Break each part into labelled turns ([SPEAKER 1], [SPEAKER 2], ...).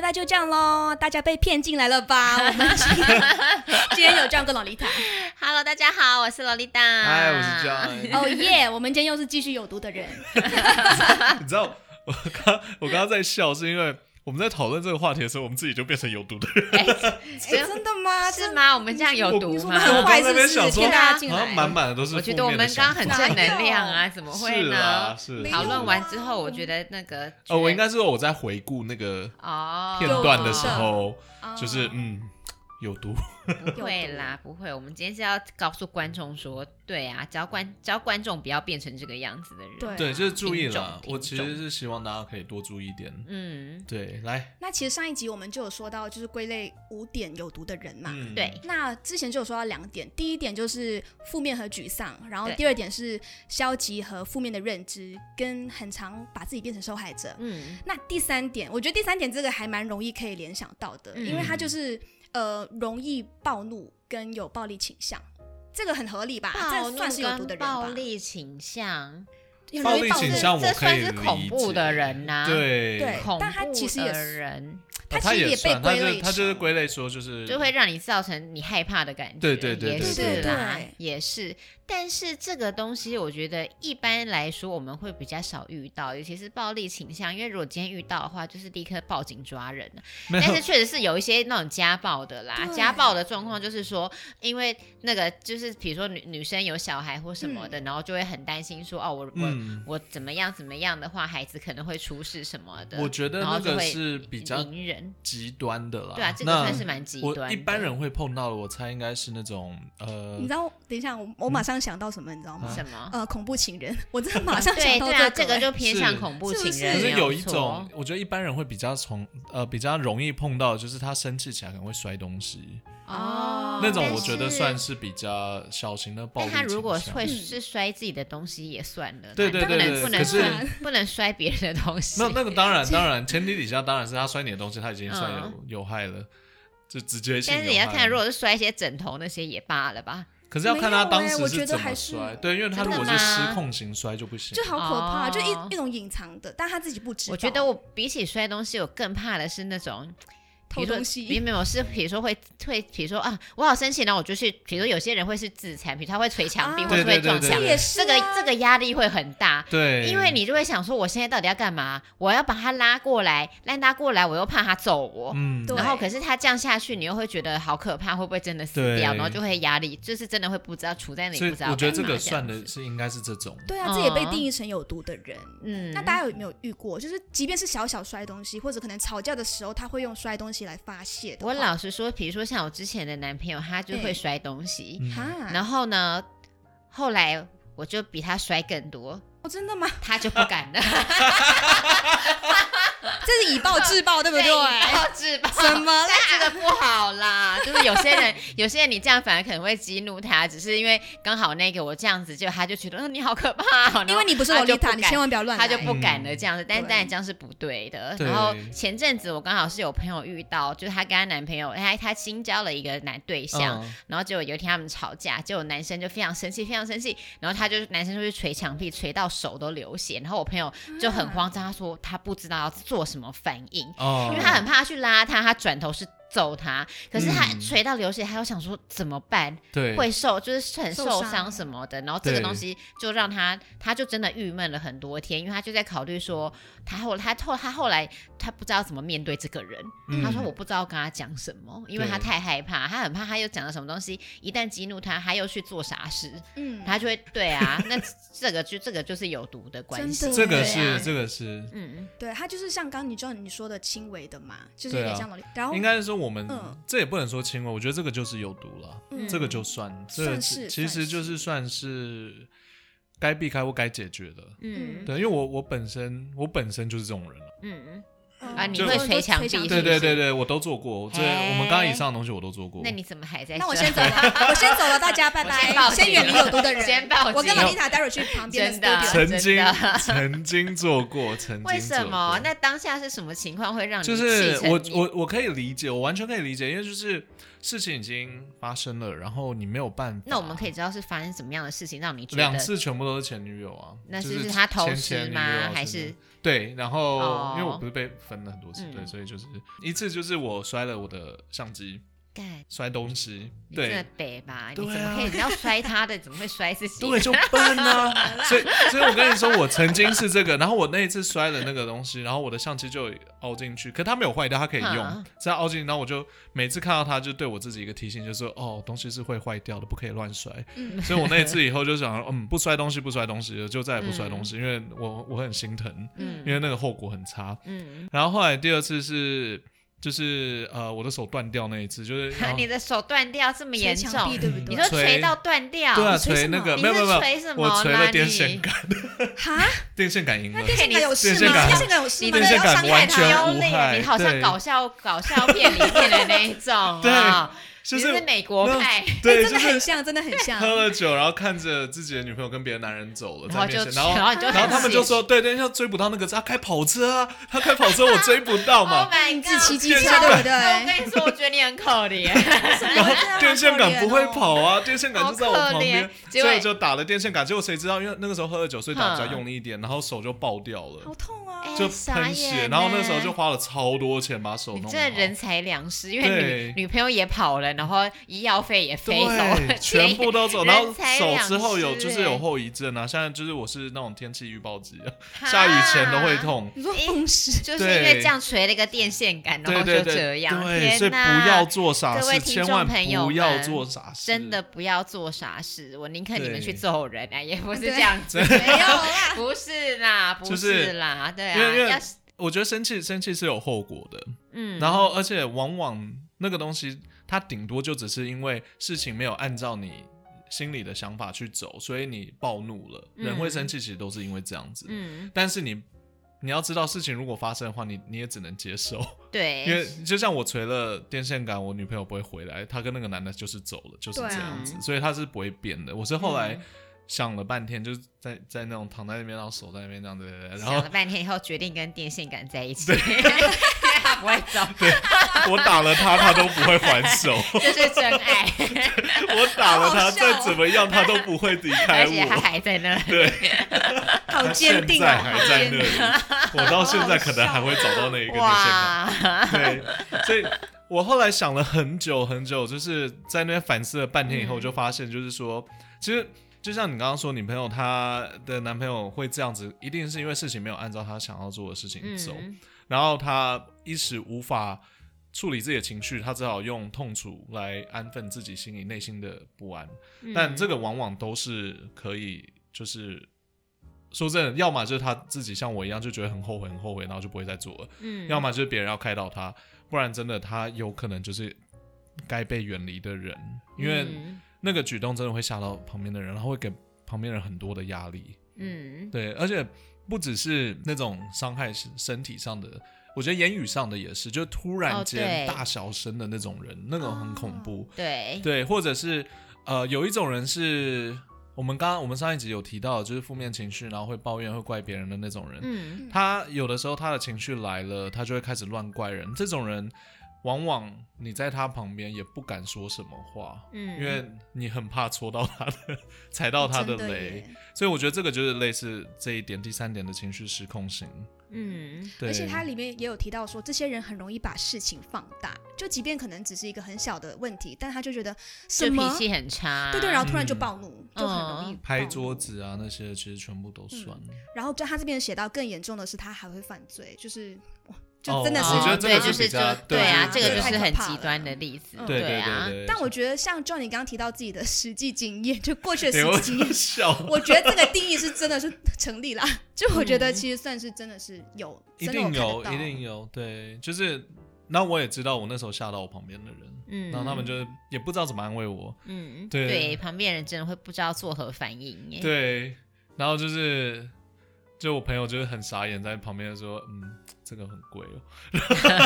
[SPEAKER 1] 概就这样喽，大家被骗进来了 吧？我们今天今天有这样跟老 丽塔，
[SPEAKER 2] Hello，大家好，我是洛丽达。
[SPEAKER 3] 嗨，哎我是 John。
[SPEAKER 1] 哦耶！我们今天又是继续有毒 的人，
[SPEAKER 3] 你知道我刚我刚刚在笑，是因为我们在讨论这个话题的时候，我们自己就变成有毒的人，
[SPEAKER 1] 哎，
[SPEAKER 2] 真
[SPEAKER 1] 真的吗？
[SPEAKER 2] 是吗？我们这样有毒
[SPEAKER 1] 你说我
[SPEAKER 2] 吗
[SPEAKER 1] 们？很
[SPEAKER 3] 我
[SPEAKER 1] 坏
[SPEAKER 3] 刚
[SPEAKER 1] 是
[SPEAKER 3] 刚在那
[SPEAKER 1] 不
[SPEAKER 3] 边
[SPEAKER 1] 是？
[SPEAKER 3] 想说
[SPEAKER 1] 骗大家进
[SPEAKER 3] 好
[SPEAKER 1] 来
[SPEAKER 3] 像，满满的都是
[SPEAKER 2] 我
[SPEAKER 3] 负
[SPEAKER 2] 觉
[SPEAKER 3] 面
[SPEAKER 2] 得
[SPEAKER 3] 的
[SPEAKER 2] 我们刚刚很
[SPEAKER 3] 想法
[SPEAKER 2] 正能量啊，怎么会
[SPEAKER 3] 是啦
[SPEAKER 2] 呢？
[SPEAKER 3] 是
[SPEAKER 1] 没有
[SPEAKER 2] 讨论完之后，我觉得那个
[SPEAKER 3] 呃，我应该是说我在回顾那个
[SPEAKER 2] 哦
[SPEAKER 3] 片段的时候，
[SPEAKER 1] 哦
[SPEAKER 3] 就是嗯有毒，
[SPEAKER 2] 不会啦，不会。我们今天是要告诉观众说，对啊，只要观只要观众不要变成这个样子的人。
[SPEAKER 1] 对啊
[SPEAKER 3] 对，就是注意了
[SPEAKER 2] 听。众
[SPEAKER 3] 我其实是希望大家可以多注意一点。
[SPEAKER 2] 嗯，
[SPEAKER 3] 对，来，
[SPEAKER 1] 那其实上一集我们就有说到，就是归类五点有毒的人嘛。
[SPEAKER 3] 嗯，
[SPEAKER 2] 啊对，
[SPEAKER 1] 那之前就有说到两点，第一点就是负面和沮丧，然后
[SPEAKER 2] 对
[SPEAKER 1] 第二点是消极和负面的认知，跟很常把自己变成受害者。
[SPEAKER 2] 嗯，
[SPEAKER 1] 那第三点，我觉得第三点这个还蛮容易可以联想到的，
[SPEAKER 2] 嗯
[SPEAKER 1] 因为它就是呃容易暴怒跟有暴力倾向，这个很合理吧？
[SPEAKER 2] 暴
[SPEAKER 1] 这
[SPEAKER 2] 怒
[SPEAKER 1] 算是有毒的人
[SPEAKER 2] 跟
[SPEAKER 1] 吧？
[SPEAKER 2] 暴力倾向，
[SPEAKER 1] 有
[SPEAKER 3] 暴
[SPEAKER 1] 容易
[SPEAKER 3] 力
[SPEAKER 1] 暴
[SPEAKER 3] 倾
[SPEAKER 1] 怒
[SPEAKER 3] 向我
[SPEAKER 2] 这
[SPEAKER 3] 可
[SPEAKER 2] 算
[SPEAKER 3] 以
[SPEAKER 2] 是
[SPEAKER 3] 理
[SPEAKER 2] 恐怖
[SPEAKER 3] 解
[SPEAKER 2] 的人啊呐
[SPEAKER 3] 对哦
[SPEAKER 1] 对
[SPEAKER 2] 恐怖
[SPEAKER 1] 但他其实也
[SPEAKER 2] 的
[SPEAKER 1] 是
[SPEAKER 2] 人
[SPEAKER 1] 它
[SPEAKER 3] 他
[SPEAKER 1] 其实
[SPEAKER 3] 也
[SPEAKER 1] 也被
[SPEAKER 3] 算，他
[SPEAKER 1] 归
[SPEAKER 3] 就
[SPEAKER 1] 类
[SPEAKER 3] 他就是
[SPEAKER 1] 成
[SPEAKER 3] 归类说就是
[SPEAKER 2] 就会让你造成你害怕的感觉。
[SPEAKER 3] 对对对
[SPEAKER 2] 也
[SPEAKER 3] 对
[SPEAKER 2] 是啦
[SPEAKER 1] 对对，
[SPEAKER 2] 也是。但是这个东西，我觉得一般来说我们会比较少遇到，尤其是暴力倾向，因为如果今天遇到的话，就是立刻报警抓人。
[SPEAKER 3] 没
[SPEAKER 2] 但
[SPEAKER 3] 有
[SPEAKER 2] 是确实是有一些那种家暴的啦，
[SPEAKER 1] 对
[SPEAKER 2] 家暴的状况就是说，因为那个就是比如说女女生有小孩或什么
[SPEAKER 1] 嗯
[SPEAKER 2] 的，然后就会很担心说，哦，我我、
[SPEAKER 3] 嗯，
[SPEAKER 2] 我怎么样怎么样的话，孩子可能会出事什么的。
[SPEAKER 3] 我觉得
[SPEAKER 2] 然后
[SPEAKER 3] 那
[SPEAKER 2] 就
[SPEAKER 3] 个
[SPEAKER 2] 会
[SPEAKER 3] 是比较
[SPEAKER 2] 隐忍，
[SPEAKER 3] 极端的啦。
[SPEAKER 2] 对啊，这个
[SPEAKER 3] 那
[SPEAKER 2] 算是蛮极端的。
[SPEAKER 3] 我一般人会碰到的，我猜应该是那种呃
[SPEAKER 1] 你知，道？等一下，我我马上想到什么，你知道吗？
[SPEAKER 2] 什么？
[SPEAKER 1] 呃，恐怖情人， 我真的马上想
[SPEAKER 2] 嗯对
[SPEAKER 1] 到
[SPEAKER 2] 对
[SPEAKER 1] 这
[SPEAKER 2] 啊，
[SPEAKER 1] 个、
[SPEAKER 2] 这个就偏向恐怖
[SPEAKER 1] 是不
[SPEAKER 2] 情
[SPEAKER 1] 是
[SPEAKER 2] 人，
[SPEAKER 3] 可是
[SPEAKER 2] 没
[SPEAKER 3] 有一
[SPEAKER 2] 错
[SPEAKER 3] 种，我觉得一般人会比较从呃比较容易碰到，就是他生气起来可能会摔东西，
[SPEAKER 2] 哦，
[SPEAKER 3] 那种
[SPEAKER 2] 但
[SPEAKER 3] 我觉得
[SPEAKER 2] 是
[SPEAKER 3] 算。是比较小型的暴
[SPEAKER 2] 但
[SPEAKER 3] 力
[SPEAKER 2] 他如果
[SPEAKER 3] 倾向
[SPEAKER 2] 会
[SPEAKER 1] 嗯
[SPEAKER 2] 是摔自己的东西也算了啦，
[SPEAKER 3] 对对
[SPEAKER 2] 不
[SPEAKER 3] 对
[SPEAKER 2] 能
[SPEAKER 3] 对
[SPEAKER 2] 不能
[SPEAKER 3] 可是
[SPEAKER 2] 摔不能摔别人的东西
[SPEAKER 3] 那。那个当 然当然前提底下当然是他摔你的东西，他已经算有、有害了，就直接
[SPEAKER 2] 嗯
[SPEAKER 3] 性
[SPEAKER 2] 但是
[SPEAKER 3] 有
[SPEAKER 2] 也要
[SPEAKER 3] 害
[SPEAKER 2] 看，
[SPEAKER 3] 了
[SPEAKER 2] 如果是摔一些枕头那些也罢了吧。
[SPEAKER 3] 可是要看他当
[SPEAKER 1] 没
[SPEAKER 3] 时怎
[SPEAKER 1] 有欸我觉得还
[SPEAKER 3] 么
[SPEAKER 1] 是
[SPEAKER 3] 摔，对，因为他
[SPEAKER 2] 真
[SPEAKER 3] 如
[SPEAKER 2] 的
[SPEAKER 3] 果是
[SPEAKER 2] 吗
[SPEAKER 3] 失控型摔就不行
[SPEAKER 1] 就。好可怕，
[SPEAKER 2] 哦
[SPEAKER 1] 就一一种隐藏的，但他自己不知道。
[SPEAKER 2] 我觉得我比起摔东西，我更怕的是那种。比
[SPEAKER 1] 偷
[SPEAKER 2] 如说
[SPEAKER 1] 东西
[SPEAKER 2] 没有没有是，比如说会会，比如说啊，我好生气，然后我就去，比如说有些人会是自残，比如他会捶墙壁，
[SPEAKER 1] 啊
[SPEAKER 2] 或是会
[SPEAKER 3] 对对对
[SPEAKER 2] 撞
[SPEAKER 3] 对
[SPEAKER 2] 墙
[SPEAKER 1] 这，也是、啊、
[SPEAKER 2] 这个这个压力会很大，
[SPEAKER 3] 对，
[SPEAKER 2] 因为你就会想说，我现在到底要干嘛？我要把他拉过来，拉拉过来，我又怕他揍我。
[SPEAKER 3] 嗯，
[SPEAKER 1] 对
[SPEAKER 2] 然后可是他这样下去，你又会觉得好可怕，会不会真的死
[SPEAKER 3] 对
[SPEAKER 2] 掉？然后就会压力，就是真的会不知道处在哪里，
[SPEAKER 3] 所以
[SPEAKER 2] 不知道
[SPEAKER 3] 我觉得
[SPEAKER 2] 干
[SPEAKER 3] 这
[SPEAKER 2] 嘛
[SPEAKER 3] 个
[SPEAKER 2] 样
[SPEAKER 3] 算
[SPEAKER 2] 子
[SPEAKER 3] 的是应该是这种，
[SPEAKER 1] 对啊，这也被
[SPEAKER 2] 嗯
[SPEAKER 1] 定义成有毒的人。
[SPEAKER 2] 嗯，
[SPEAKER 1] 那大家有没有遇过？就是即便是小小摔东西，或者可能吵架的时候，他会用摔东西来发泄的话。
[SPEAKER 2] 我老实说，比如说像我之前的男朋友，他就会
[SPEAKER 1] 对
[SPEAKER 2] 摔东西，
[SPEAKER 3] 嗯
[SPEAKER 1] 哈，
[SPEAKER 2] 然后呢，后来我就比他摔更多，
[SPEAKER 1] 哦真的吗？
[SPEAKER 2] 他就不敢了，
[SPEAKER 1] 这是以暴制暴， 对不 对？
[SPEAKER 2] 以暴制暴。
[SPEAKER 1] 怎 么啦？
[SPEAKER 2] 但这个不好啦，就是有些人，有些人你这样反而可能会激怒他，只是因为刚好那个我这样子，就他就觉得，嗯、你好可怕哦，
[SPEAKER 1] 因为你不是洛丽塔，你千
[SPEAKER 2] 万
[SPEAKER 1] 万不要乱来。
[SPEAKER 2] 他就不敢了
[SPEAKER 3] 嗯
[SPEAKER 2] 这样子，但
[SPEAKER 1] 对
[SPEAKER 2] 当然这样是不对的。
[SPEAKER 3] 对
[SPEAKER 2] 然后前阵子我刚好是有朋友遇到，就是她跟她男朋友，她她新交了一个男对象，
[SPEAKER 3] 嗯
[SPEAKER 2] 然后结果有一天他们吵架，结果男生就非常生气，非常生气，然后他就男生就去捶墙壁，捶到手都流血，然后我朋友就
[SPEAKER 1] 啊
[SPEAKER 2] 很慌张，他说他不知道要做什么反应，
[SPEAKER 3] 哦，
[SPEAKER 2] 因为他很怕他去拉他，他转头是。揍他，可是他
[SPEAKER 3] 嗯
[SPEAKER 2] 捶到流血，他又想说怎么办？
[SPEAKER 3] 对
[SPEAKER 2] 会受就是很受
[SPEAKER 1] 受
[SPEAKER 2] 伤
[SPEAKER 1] 伤
[SPEAKER 2] 什么的，然后这个
[SPEAKER 3] 对
[SPEAKER 2] 东西就让他他就真的郁闷了很多天，因为他就在考虑说他后他后他后来他不知道怎么面对这个人，
[SPEAKER 3] 嗯
[SPEAKER 2] 他说我不知道跟他讲什么，因为他
[SPEAKER 3] 对
[SPEAKER 2] 太害怕，他很怕他又讲了什么东西，一旦激怒他，他又去做傻事，
[SPEAKER 1] 嗯，
[SPEAKER 2] 他就会对啊，那这个就这个就是有毒的关系
[SPEAKER 1] 真，的
[SPEAKER 3] 这个
[SPEAKER 1] 对啊
[SPEAKER 3] 是这个是，
[SPEAKER 2] 嗯，
[SPEAKER 1] 对他就是像刚你知道你说的轻微的嘛，就是有
[SPEAKER 3] 对啊
[SPEAKER 1] 点像洛丽。然后
[SPEAKER 3] 应该是说我们
[SPEAKER 1] 哦嗯
[SPEAKER 3] 这也不能说轻微，我觉得这个就是有毒了，
[SPEAKER 1] 嗯
[SPEAKER 3] 这个就算这个
[SPEAKER 1] 算是
[SPEAKER 3] 其
[SPEAKER 1] 算
[SPEAKER 3] 实就是
[SPEAKER 1] 是
[SPEAKER 3] 算是该避开或该解决的。
[SPEAKER 2] 嗯
[SPEAKER 3] 对，因为我我本身我本身就是这种人了，
[SPEAKER 2] 嗯
[SPEAKER 1] 嗯
[SPEAKER 2] 啊你
[SPEAKER 3] 会
[SPEAKER 1] 就
[SPEAKER 2] 捶墙壁
[SPEAKER 1] 壁
[SPEAKER 2] 是
[SPEAKER 3] 对
[SPEAKER 2] 不
[SPEAKER 3] 对
[SPEAKER 2] 是
[SPEAKER 3] 对对，我都做过，这我们刚刚以上的东西我都做过。
[SPEAKER 2] 那你怎么还在这？
[SPEAKER 1] 那我先走了，我先走了，大家拜
[SPEAKER 2] 我先
[SPEAKER 1] 拜
[SPEAKER 2] 报，警
[SPEAKER 1] 先远离有毒的人。
[SPEAKER 2] 先报警
[SPEAKER 1] 我跟玛丽塔待会儿去旁边
[SPEAKER 2] 真的
[SPEAKER 1] 的 studio。
[SPEAKER 3] 曾
[SPEAKER 2] 真
[SPEAKER 3] 经
[SPEAKER 2] 的
[SPEAKER 3] 曾经做过，曾经
[SPEAKER 2] 为什
[SPEAKER 3] 做
[SPEAKER 2] 么
[SPEAKER 3] 过？
[SPEAKER 2] 那当下是什么情况会让你
[SPEAKER 3] 就是
[SPEAKER 2] 气成
[SPEAKER 3] 我
[SPEAKER 2] 你
[SPEAKER 3] 我我可以理解，我完全可以理解，因为就是事情已经发生了，然后你没有办法。
[SPEAKER 2] 那我们可以知道是发生什么样的事情让你觉得
[SPEAKER 3] 两次全部都是前女友啊，
[SPEAKER 2] 那
[SPEAKER 3] 就是是
[SPEAKER 2] 他偷
[SPEAKER 3] 前
[SPEAKER 2] 吃
[SPEAKER 3] 前女
[SPEAKER 2] 吗
[SPEAKER 3] 友啊
[SPEAKER 2] 还
[SPEAKER 3] 之类
[SPEAKER 2] 是
[SPEAKER 3] 对？然后、
[SPEAKER 2] 哦
[SPEAKER 3] 因为我不是被分了了很多次，
[SPEAKER 2] 嗯
[SPEAKER 3] 对，所以就是一次就是我摔了我的相机，
[SPEAKER 2] 干，
[SPEAKER 3] 摔东西，
[SPEAKER 2] 你真的
[SPEAKER 3] 对。
[SPEAKER 2] 北吧？你
[SPEAKER 3] 对
[SPEAKER 2] 怎么
[SPEAKER 3] 啊
[SPEAKER 2] 可以？你要摔他的，怎么会摔自己？
[SPEAKER 3] 对，就笨呐、 所以，所以我跟你说，我曾经是这个，然后我那一次摔了那个东西，然后我的相机就凹进去，可它没有坏掉，它可以用
[SPEAKER 2] 嗯，
[SPEAKER 3] 只要凹进去，然后我就每次看到它，就对我自己一个提醒，就是说哦，东西是会坏掉的，不可以乱摔。
[SPEAKER 1] 嗯
[SPEAKER 3] 所以我那一次以后就想，嗯，不摔东西，不摔东西了，就再也不摔东西，因为我我很心疼，
[SPEAKER 2] 嗯
[SPEAKER 3] 因为那个后果很差。
[SPEAKER 2] 嗯，
[SPEAKER 3] 然后后来第二次是就是呃我的手断掉那一次，就是然 后
[SPEAKER 2] 嗯你的手断掉这么
[SPEAKER 1] 捶
[SPEAKER 2] 严
[SPEAKER 1] 墙
[SPEAKER 2] 重
[SPEAKER 1] 壁，对不对？
[SPEAKER 2] 你说
[SPEAKER 3] 捶
[SPEAKER 2] 垂到断掉？
[SPEAKER 3] 对啊
[SPEAKER 1] 你捶
[SPEAKER 3] 捶
[SPEAKER 1] 什么
[SPEAKER 3] 那个
[SPEAKER 2] 你
[SPEAKER 3] 没有没有
[SPEAKER 2] 是
[SPEAKER 3] 没
[SPEAKER 2] 捶什
[SPEAKER 3] 有，
[SPEAKER 2] 么
[SPEAKER 3] 我捶
[SPEAKER 2] 啦
[SPEAKER 3] 了
[SPEAKER 2] 你
[SPEAKER 3] 电线杆，
[SPEAKER 1] 哈，
[SPEAKER 3] 电线杆赢啊
[SPEAKER 1] 那。
[SPEAKER 3] 了
[SPEAKER 1] 电线杆有事
[SPEAKER 3] 电线
[SPEAKER 1] 吗？
[SPEAKER 3] 杆
[SPEAKER 1] 电线杆有事
[SPEAKER 2] 你
[SPEAKER 1] 吗？
[SPEAKER 2] 的
[SPEAKER 3] 电线
[SPEAKER 1] 要
[SPEAKER 3] 杆
[SPEAKER 1] 伤害
[SPEAKER 3] 完
[SPEAKER 1] 他哦哎
[SPEAKER 3] 全
[SPEAKER 1] 吗
[SPEAKER 2] 丢
[SPEAKER 3] 无害
[SPEAKER 2] 脸，你好像
[SPEAKER 3] 对
[SPEAKER 2] 搞笑搞笑片里面的那一种
[SPEAKER 3] 对
[SPEAKER 2] 啊，
[SPEAKER 3] 就
[SPEAKER 2] 你是美国
[SPEAKER 3] 没有
[SPEAKER 2] 派，
[SPEAKER 3] 对，
[SPEAKER 1] 真的
[SPEAKER 3] 就
[SPEAKER 1] 很
[SPEAKER 3] 是
[SPEAKER 1] 像，真的很像。
[SPEAKER 3] 喝了酒，然后看着自己的女朋友跟别的男人走了，
[SPEAKER 2] 然后
[SPEAKER 3] 在
[SPEAKER 2] 就
[SPEAKER 3] 面前，
[SPEAKER 2] 然
[SPEAKER 3] 然后
[SPEAKER 2] 后你就
[SPEAKER 3] 然后他们就
[SPEAKER 2] 很
[SPEAKER 3] 说，对，等一下追不到那个，他开跑车啊，他开跑 车我追不到
[SPEAKER 2] Oh
[SPEAKER 3] 嘛。
[SPEAKER 2] my
[SPEAKER 1] 自
[SPEAKER 2] god！
[SPEAKER 1] 欺 欺人
[SPEAKER 2] 天哪
[SPEAKER 1] 对不哎对
[SPEAKER 2] 我跟你说，我觉得你很可怜，
[SPEAKER 3] 然后
[SPEAKER 1] 对啊
[SPEAKER 3] 电线杆不会
[SPEAKER 1] 好可怜哦
[SPEAKER 3] 跑啊，电线杆就在我旁边
[SPEAKER 2] 好可，怜结果
[SPEAKER 3] 所以就打了电线杆。结果谁知道，因为那个时候喝了酒，所以打得比较用力一点，然后手就爆掉
[SPEAKER 1] 好
[SPEAKER 3] 了，
[SPEAKER 1] 痛啊！
[SPEAKER 2] 哎
[SPEAKER 3] 就
[SPEAKER 2] 嗯傻
[SPEAKER 3] 喷血。
[SPEAKER 2] 眼
[SPEAKER 3] 然后那时候
[SPEAKER 2] 欸
[SPEAKER 3] 就花了超多钱把手
[SPEAKER 2] 你
[SPEAKER 3] 弄好。
[SPEAKER 2] 真的人财两失，因为
[SPEAKER 3] 对
[SPEAKER 2] 女女朋友也跑了，然后医药费也飞走了
[SPEAKER 3] 对，，全部都走，
[SPEAKER 2] 人
[SPEAKER 3] 然后
[SPEAKER 2] 财
[SPEAKER 3] 手
[SPEAKER 2] 两
[SPEAKER 3] 之后有
[SPEAKER 2] 失
[SPEAKER 3] 就是
[SPEAKER 2] 欸
[SPEAKER 3] 有后遗症啊。现在就是我是那种天气预报机啊，
[SPEAKER 2] 哈
[SPEAKER 3] 下雨前都会。痛。
[SPEAKER 1] 你说风湿，
[SPEAKER 2] 就是因为这
[SPEAKER 3] 对
[SPEAKER 2] 样垂了一个电线杆，然
[SPEAKER 3] 对
[SPEAKER 2] 后
[SPEAKER 3] 对
[SPEAKER 2] 就
[SPEAKER 3] 对，
[SPEAKER 2] 这样。
[SPEAKER 3] 对，所
[SPEAKER 2] 天
[SPEAKER 3] 以不
[SPEAKER 2] 哪
[SPEAKER 3] 要做傻
[SPEAKER 2] 各位
[SPEAKER 3] 事，
[SPEAKER 2] 听
[SPEAKER 3] 千
[SPEAKER 2] 众
[SPEAKER 3] 万
[SPEAKER 2] 朋友
[SPEAKER 3] 不要
[SPEAKER 2] 们
[SPEAKER 3] 做傻事，
[SPEAKER 2] 真的不要做傻事，我宁可你们
[SPEAKER 3] 对
[SPEAKER 2] 去揍人啊，也不是
[SPEAKER 1] 对
[SPEAKER 2] 这样子。
[SPEAKER 1] 没有啊 啦。
[SPEAKER 2] 不是啦，不是啦，对
[SPEAKER 3] 因为因
[SPEAKER 2] 啊，
[SPEAKER 3] 为
[SPEAKER 2] 要是
[SPEAKER 3] 我觉得生气生气是有后果的，
[SPEAKER 2] 嗯，
[SPEAKER 3] 然后而且往往那个东西，它顶多就只是因为事情没有按照你心里的想法去走，所以你暴怒了。人会
[SPEAKER 2] 嗯
[SPEAKER 3] 生气，其实都是因为这样子。
[SPEAKER 2] 嗯，
[SPEAKER 3] 但是你你要知道，事情如果发生的话，你你也只能接受，
[SPEAKER 2] 对，
[SPEAKER 3] 因为就像我捶了电线杆，我女朋友不会回来，她跟那个男的就是走了，就是
[SPEAKER 1] 对啊嗯
[SPEAKER 3] 这样子，所以她是不会变的。我是后来。想了半天，就是在在那种躺在那边，然后手在那边这样，对对对，然
[SPEAKER 2] 想
[SPEAKER 3] 后
[SPEAKER 2] 了半天以后，决定跟电线杆在一起，因为他 不会走，
[SPEAKER 3] 我打了他，他都不会还 手；
[SPEAKER 2] 这是真爱，
[SPEAKER 3] 我打了
[SPEAKER 1] 好
[SPEAKER 3] 他，
[SPEAKER 1] 好笑哦
[SPEAKER 3] 再怎么样，他都不会离开
[SPEAKER 2] 而且他
[SPEAKER 3] 我。
[SPEAKER 2] 还在那里。
[SPEAKER 3] 对，
[SPEAKER 1] 好
[SPEAKER 3] 他
[SPEAKER 1] 坚
[SPEAKER 3] 现
[SPEAKER 1] 定
[SPEAKER 3] 在
[SPEAKER 1] 啊！
[SPEAKER 3] 还
[SPEAKER 1] 好
[SPEAKER 3] 在
[SPEAKER 1] 坚
[SPEAKER 3] 那
[SPEAKER 1] 定。啊
[SPEAKER 3] 里，我到现在可能还会找到那一个电线杆。
[SPEAKER 2] 哇，
[SPEAKER 3] 对，所以我后来想了很久很久，就是在那边反思了半天以后，
[SPEAKER 2] 嗯
[SPEAKER 3] 就发现就是说，其实就像你刚刚说，女朋友她的男朋友会这样子，一定是因为事情没有按照她想要做的事情走，
[SPEAKER 2] 嗯，
[SPEAKER 3] 然后她一时无法。处理自己的情绪，她只好用痛楚来安分自己心里内心的不安。但这
[SPEAKER 2] 个
[SPEAKER 3] 个往往都是可以，就是说真的，要么就是她自己像我一样，就觉得很后悔，很后悔，然后就不会再做了。
[SPEAKER 2] 嗯
[SPEAKER 3] 要么就是别人要开导他，不然真的他有可能就是该被远离的人，因为
[SPEAKER 2] 嗯
[SPEAKER 3] 那个举动真的会吓到旁边的人，然后会给旁边人很多的压力。
[SPEAKER 2] 嗯
[SPEAKER 3] 对，而且不只是那种伤害身身体上的，我觉得言语上的也是，就突然
[SPEAKER 2] 哦
[SPEAKER 3] 间
[SPEAKER 2] 对哦
[SPEAKER 3] 大小声的那种人，那种很恐怖。
[SPEAKER 2] 对
[SPEAKER 3] 对，或者是呃，有一种人是我们刚刚我们上一集有提到的，就是负面情绪，然后会抱怨、会怪别人的那种人。
[SPEAKER 2] 嗯
[SPEAKER 3] 他有的时候他的情绪来了，他就会开始乱怪人。这种人，往往你在他旁边也不敢说什么话，
[SPEAKER 2] 嗯，
[SPEAKER 3] 因为你很怕戳到他的、踩到他的
[SPEAKER 1] 真的
[SPEAKER 3] 雷。
[SPEAKER 1] 耶
[SPEAKER 3] 所以我觉得这个就是类似这一点，第三点的情绪失控型。
[SPEAKER 2] 嗯
[SPEAKER 3] 对，
[SPEAKER 1] 而且它里面也有提到说，这些人很容易把事情放大，就即便可能只是一个很小的问题，但他就觉得什
[SPEAKER 2] 就脾
[SPEAKER 1] 么
[SPEAKER 2] 气很差，
[SPEAKER 1] 对对，然后突然就暴怒，就很容易
[SPEAKER 2] 嗯
[SPEAKER 3] 嗯拍
[SPEAKER 1] 暴怒
[SPEAKER 3] 桌。子啊那些，其实全部都算。
[SPEAKER 1] 然后就他这边写到更严重的是，他还会犯罪，就是哇
[SPEAKER 3] 哦
[SPEAKER 1] 就真的是
[SPEAKER 3] 我觉得这个
[SPEAKER 2] 对，就是
[SPEAKER 3] 比
[SPEAKER 2] 就
[SPEAKER 3] 较
[SPEAKER 2] 对啊，这
[SPEAKER 1] 对
[SPEAKER 2] 个就
[SPEAKER 1] 太
[SPEAKER 2] 是
[SPEAKER 1] 可
[SPEAKER 2] 很
[SPEAKER 1] 怕
[SPEAKER 2] 极
[SPEAKER 1] 了
[SPEAKER 2] 端的例子，
[SPEAKER 1] 嗯
[SPEAKER 3] 对对
[SPEAKER 2] 啊，
[SPEAKER 3] 对。
[SPEAKER 1] 但我觉得像 John，你刚刚提到自己的实际经验，就过去的
[SPEAKER 3] 对
[SPEAKER 1] 实
[SPEAKER 3] 我，
[SPEAKER 1] 际经验
[SPEAKER 3] 笑。
[SPEAKER 1] 我觉得这个定义是真的是成立啦。 就我觉得其实算是真的是有，
[SPEAKER 3] 一
[SPEAKER 1] 真的
[SPEAKER 3] 定有，
[SPEAKER 1] 我看
[SPEAKER 3] 一
[SPEAKER 1] 得到
[SPEAKER 3] 定有，对，就是，那我也知道我那时候吓到我旁边的人，
[SPEAKER 2] 嗯
[SPEAKER 3] 然后他们就也不知道怎么安慰我，
[SPEAKER 2] 嗯，
[SPEAKER 3] 对
[SPEAKER 2] 对，旁边人真的会不知道作何反应哎耶。
[SPEAKER 3] 对，然后就是，就我朋友就是很傻眼，在旁边说，嗯，这个很贵哦，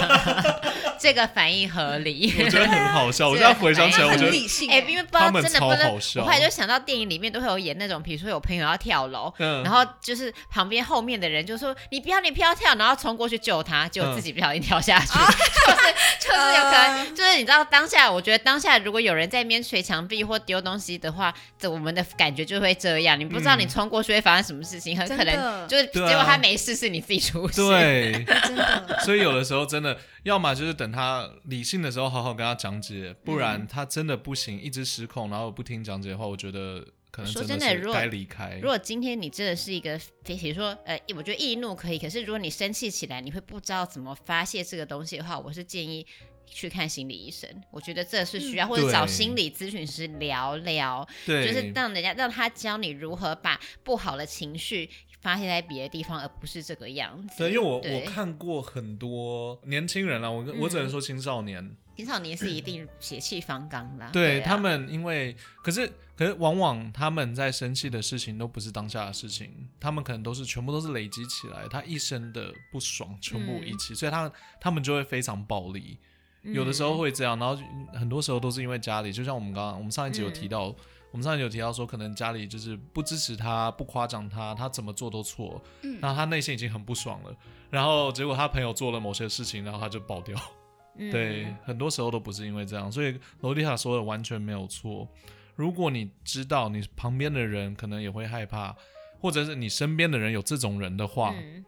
[SPEAKER 2] 这个反应合理。
[SPEAKER 3] 我觉得很好笑，我
[SPEAKER 2] 这
[SPEAKER 3] 现在回想起来，
[SPEAKER 2] 对
[SPEAKER 3] 我
[SPEAKER 1] 他
[SPEAKER 3] 觉
[SPEAKER 1] 很
[SPEAKER 3] 得，
[SPEAKER 1] 理性
[SPEAKER 2] 哎、
[SPEAKER 1] 欸，
[SPEAKER 2] 因为不知道
[SPEAKER 3] 他们
[SPEAKER 2] 真的
[SPEAKER 3] 超
[SPEAKER 2] 不能，
[SPEAKER 3] 好笑
[SPEAKER 2] 我后来就想到电影里面都会有演那种，比如说有朋友要跳楼，然
[SPEAKER 3] 嗯，
[SPEAKER 2] 后就是旁边后面的人就说你不要你不要跳，然后冲过去救他，结果自己不小心跳下去，
[SPEAKER 3] 啊
[SPEAKER 2] 就是就是有可能就是你知道当下，我觉得当下如果有人在那边捶墙壁或丢东西的话，这我们的感觉就会这样，你不知道
[SPEAKER 3] 嗯
[SPEAKER 2] 你冲过去会发生什么事情，很可
[SPEAKER 1] 呃真
[SPEAKER 2] 能
[SPEAKER 1] 的
[SPEAKER 2] 就是结
[SPEAKER 3] 对啊
[SPEAKER 2] 果他没事是你自己出事，
[SPEAKER 3] 对，
[SPEAKER 1] 真的。
[SPEAKER 3] 所以有的时候真的，要么就是等他理性的时候好好跟他讲解，不
[SPEAKER 2] 嗯
[SPEAKER 3] 然他真的不行，一直失控，然后不听讲解的话，我觉得可能
[SPEAKER 2] 说真
[SPEAKER 3] 真
[SPEAKER 2] 的
[SPEAKER 3] 是
[SPEAKER 2] 如果
[SPEAKER 3] 该离开
[SPEAKER 2] 如。果今天你真的是一个，比如说，呃，我觉得易怒可以，可是如果你生气起来，你会不知道怎么发泄这个东西的话，我是建议去看心理医生。我觉得这是需要，
[SPEAKER 1] 嗯
[SPEAKER 2] 或者找
[SPEAKER 3] 对
[SPEAKER 2] 心理咨询师聊聊，就
[SPEAKER 3] 对，
[SPEAKER 2] 是让人家让他教你如何把不好的情绪发泄在别的地方，而不是这个样子。
[SPEAKER 3] 对，因为我
[SPEAKER 2] 对嗯
[SPEAKER 3] 我看过很多年轻人啊，我跟我只能说青少年，
[SPEAKER 2] 青少年是一定血气方刚啦，
[SPEAKER 3] 对
[SPEAKER 2] 啊
[SPEAKER 3] 他们，因为可是可是往往他们在生气的事情都不是当下的事情，他们可能都是全部都是累积起来，他一生的不爽全部一起，所以他他们就会非常暴力，有的
[SPEAKER 2] 嗯
[SPEAKER 3] 时候会这样，然后很多时候都是因为家里，就像我们刚刚我们上一集有提到。我们上一集有提到说，可能家里就是不支持他，不夸奖他，他怎么做都错，
[SPEAKER 1] 嗯
[SPEAKER 3] 然后他内心已经很不爽了，然后结果他朋友做了某些事情，然后他就爆掉。
[SPEAKER 2] 嗯
[SPEAKER 3] 对，很多时候都不是因为这样，所以罗丽塔说的完全没有错。如果你知道你旁边的人可能也会害怕，或者是你身边的人有这种人的话，
[SPEAKER 2] 嗯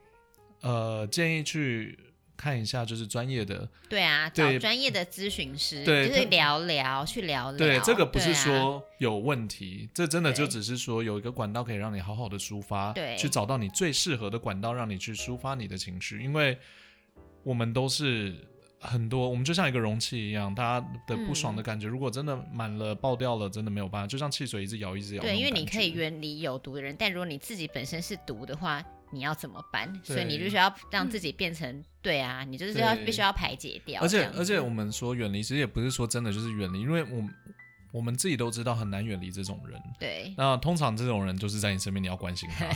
[SPEAKER 3] 呃，建议去看一下，就是专业的。
[SPEAKER 2] 对啊，
[SPEAKER 3] 对
[SPEAKER 2] 找专业的咨询师，
[SPEAKER 3] 对
[SPEAKER 2] 就是
[SPEAKER 3] 他
[SPEAKER 2] 聊聊，去聊聊。
[SPEAKER 3] 对，这个不是
[SPEAKER 2] 对啊
[SPEAKER 3] 说有问题，这真的就
[SPEAKER 2] 对
[SPEAKER 3] 只是说有一个管道可以让你好好的抒发，
[SPEAKER 2] 对
[SPEAKER 3] 去找到你最适合的管道，让你去抒发你的情绪。因为我们都是很多，我们就像一个容器一样，大家的不爽的感觉，如果真的满了爆掉了，真的没有办法，就像汽水一直摇一直摇那种感
[SPEAKER 2] 对，
[SPEAKER 3] 觉。
[SPEAKER 2] 因为你可以远离有毒的人，但如果你自己本身是毒的话，你要怎么办？所以你
[SPEAKER 3] 对嗯
[SPEAKER 2] 就需要让自己变成、对啊，你就是要
[SPEAKER 3] 对
[SPEAKER 2] 必须要排解掉。
[SPEAKER 3] 而
[SPEAKER 2] 这
[SPEAKER 3] 且
[SPEAKER 2] 样子
[SPEAKER 3] 而且我们说远离，其实也不是说真的就是远离，因为我们我们自己都知道很难远离这种人。
[SPEAKER 2] 对，
[SPEAKER 3] 那通常这种人就是在你身边，你要关心 他。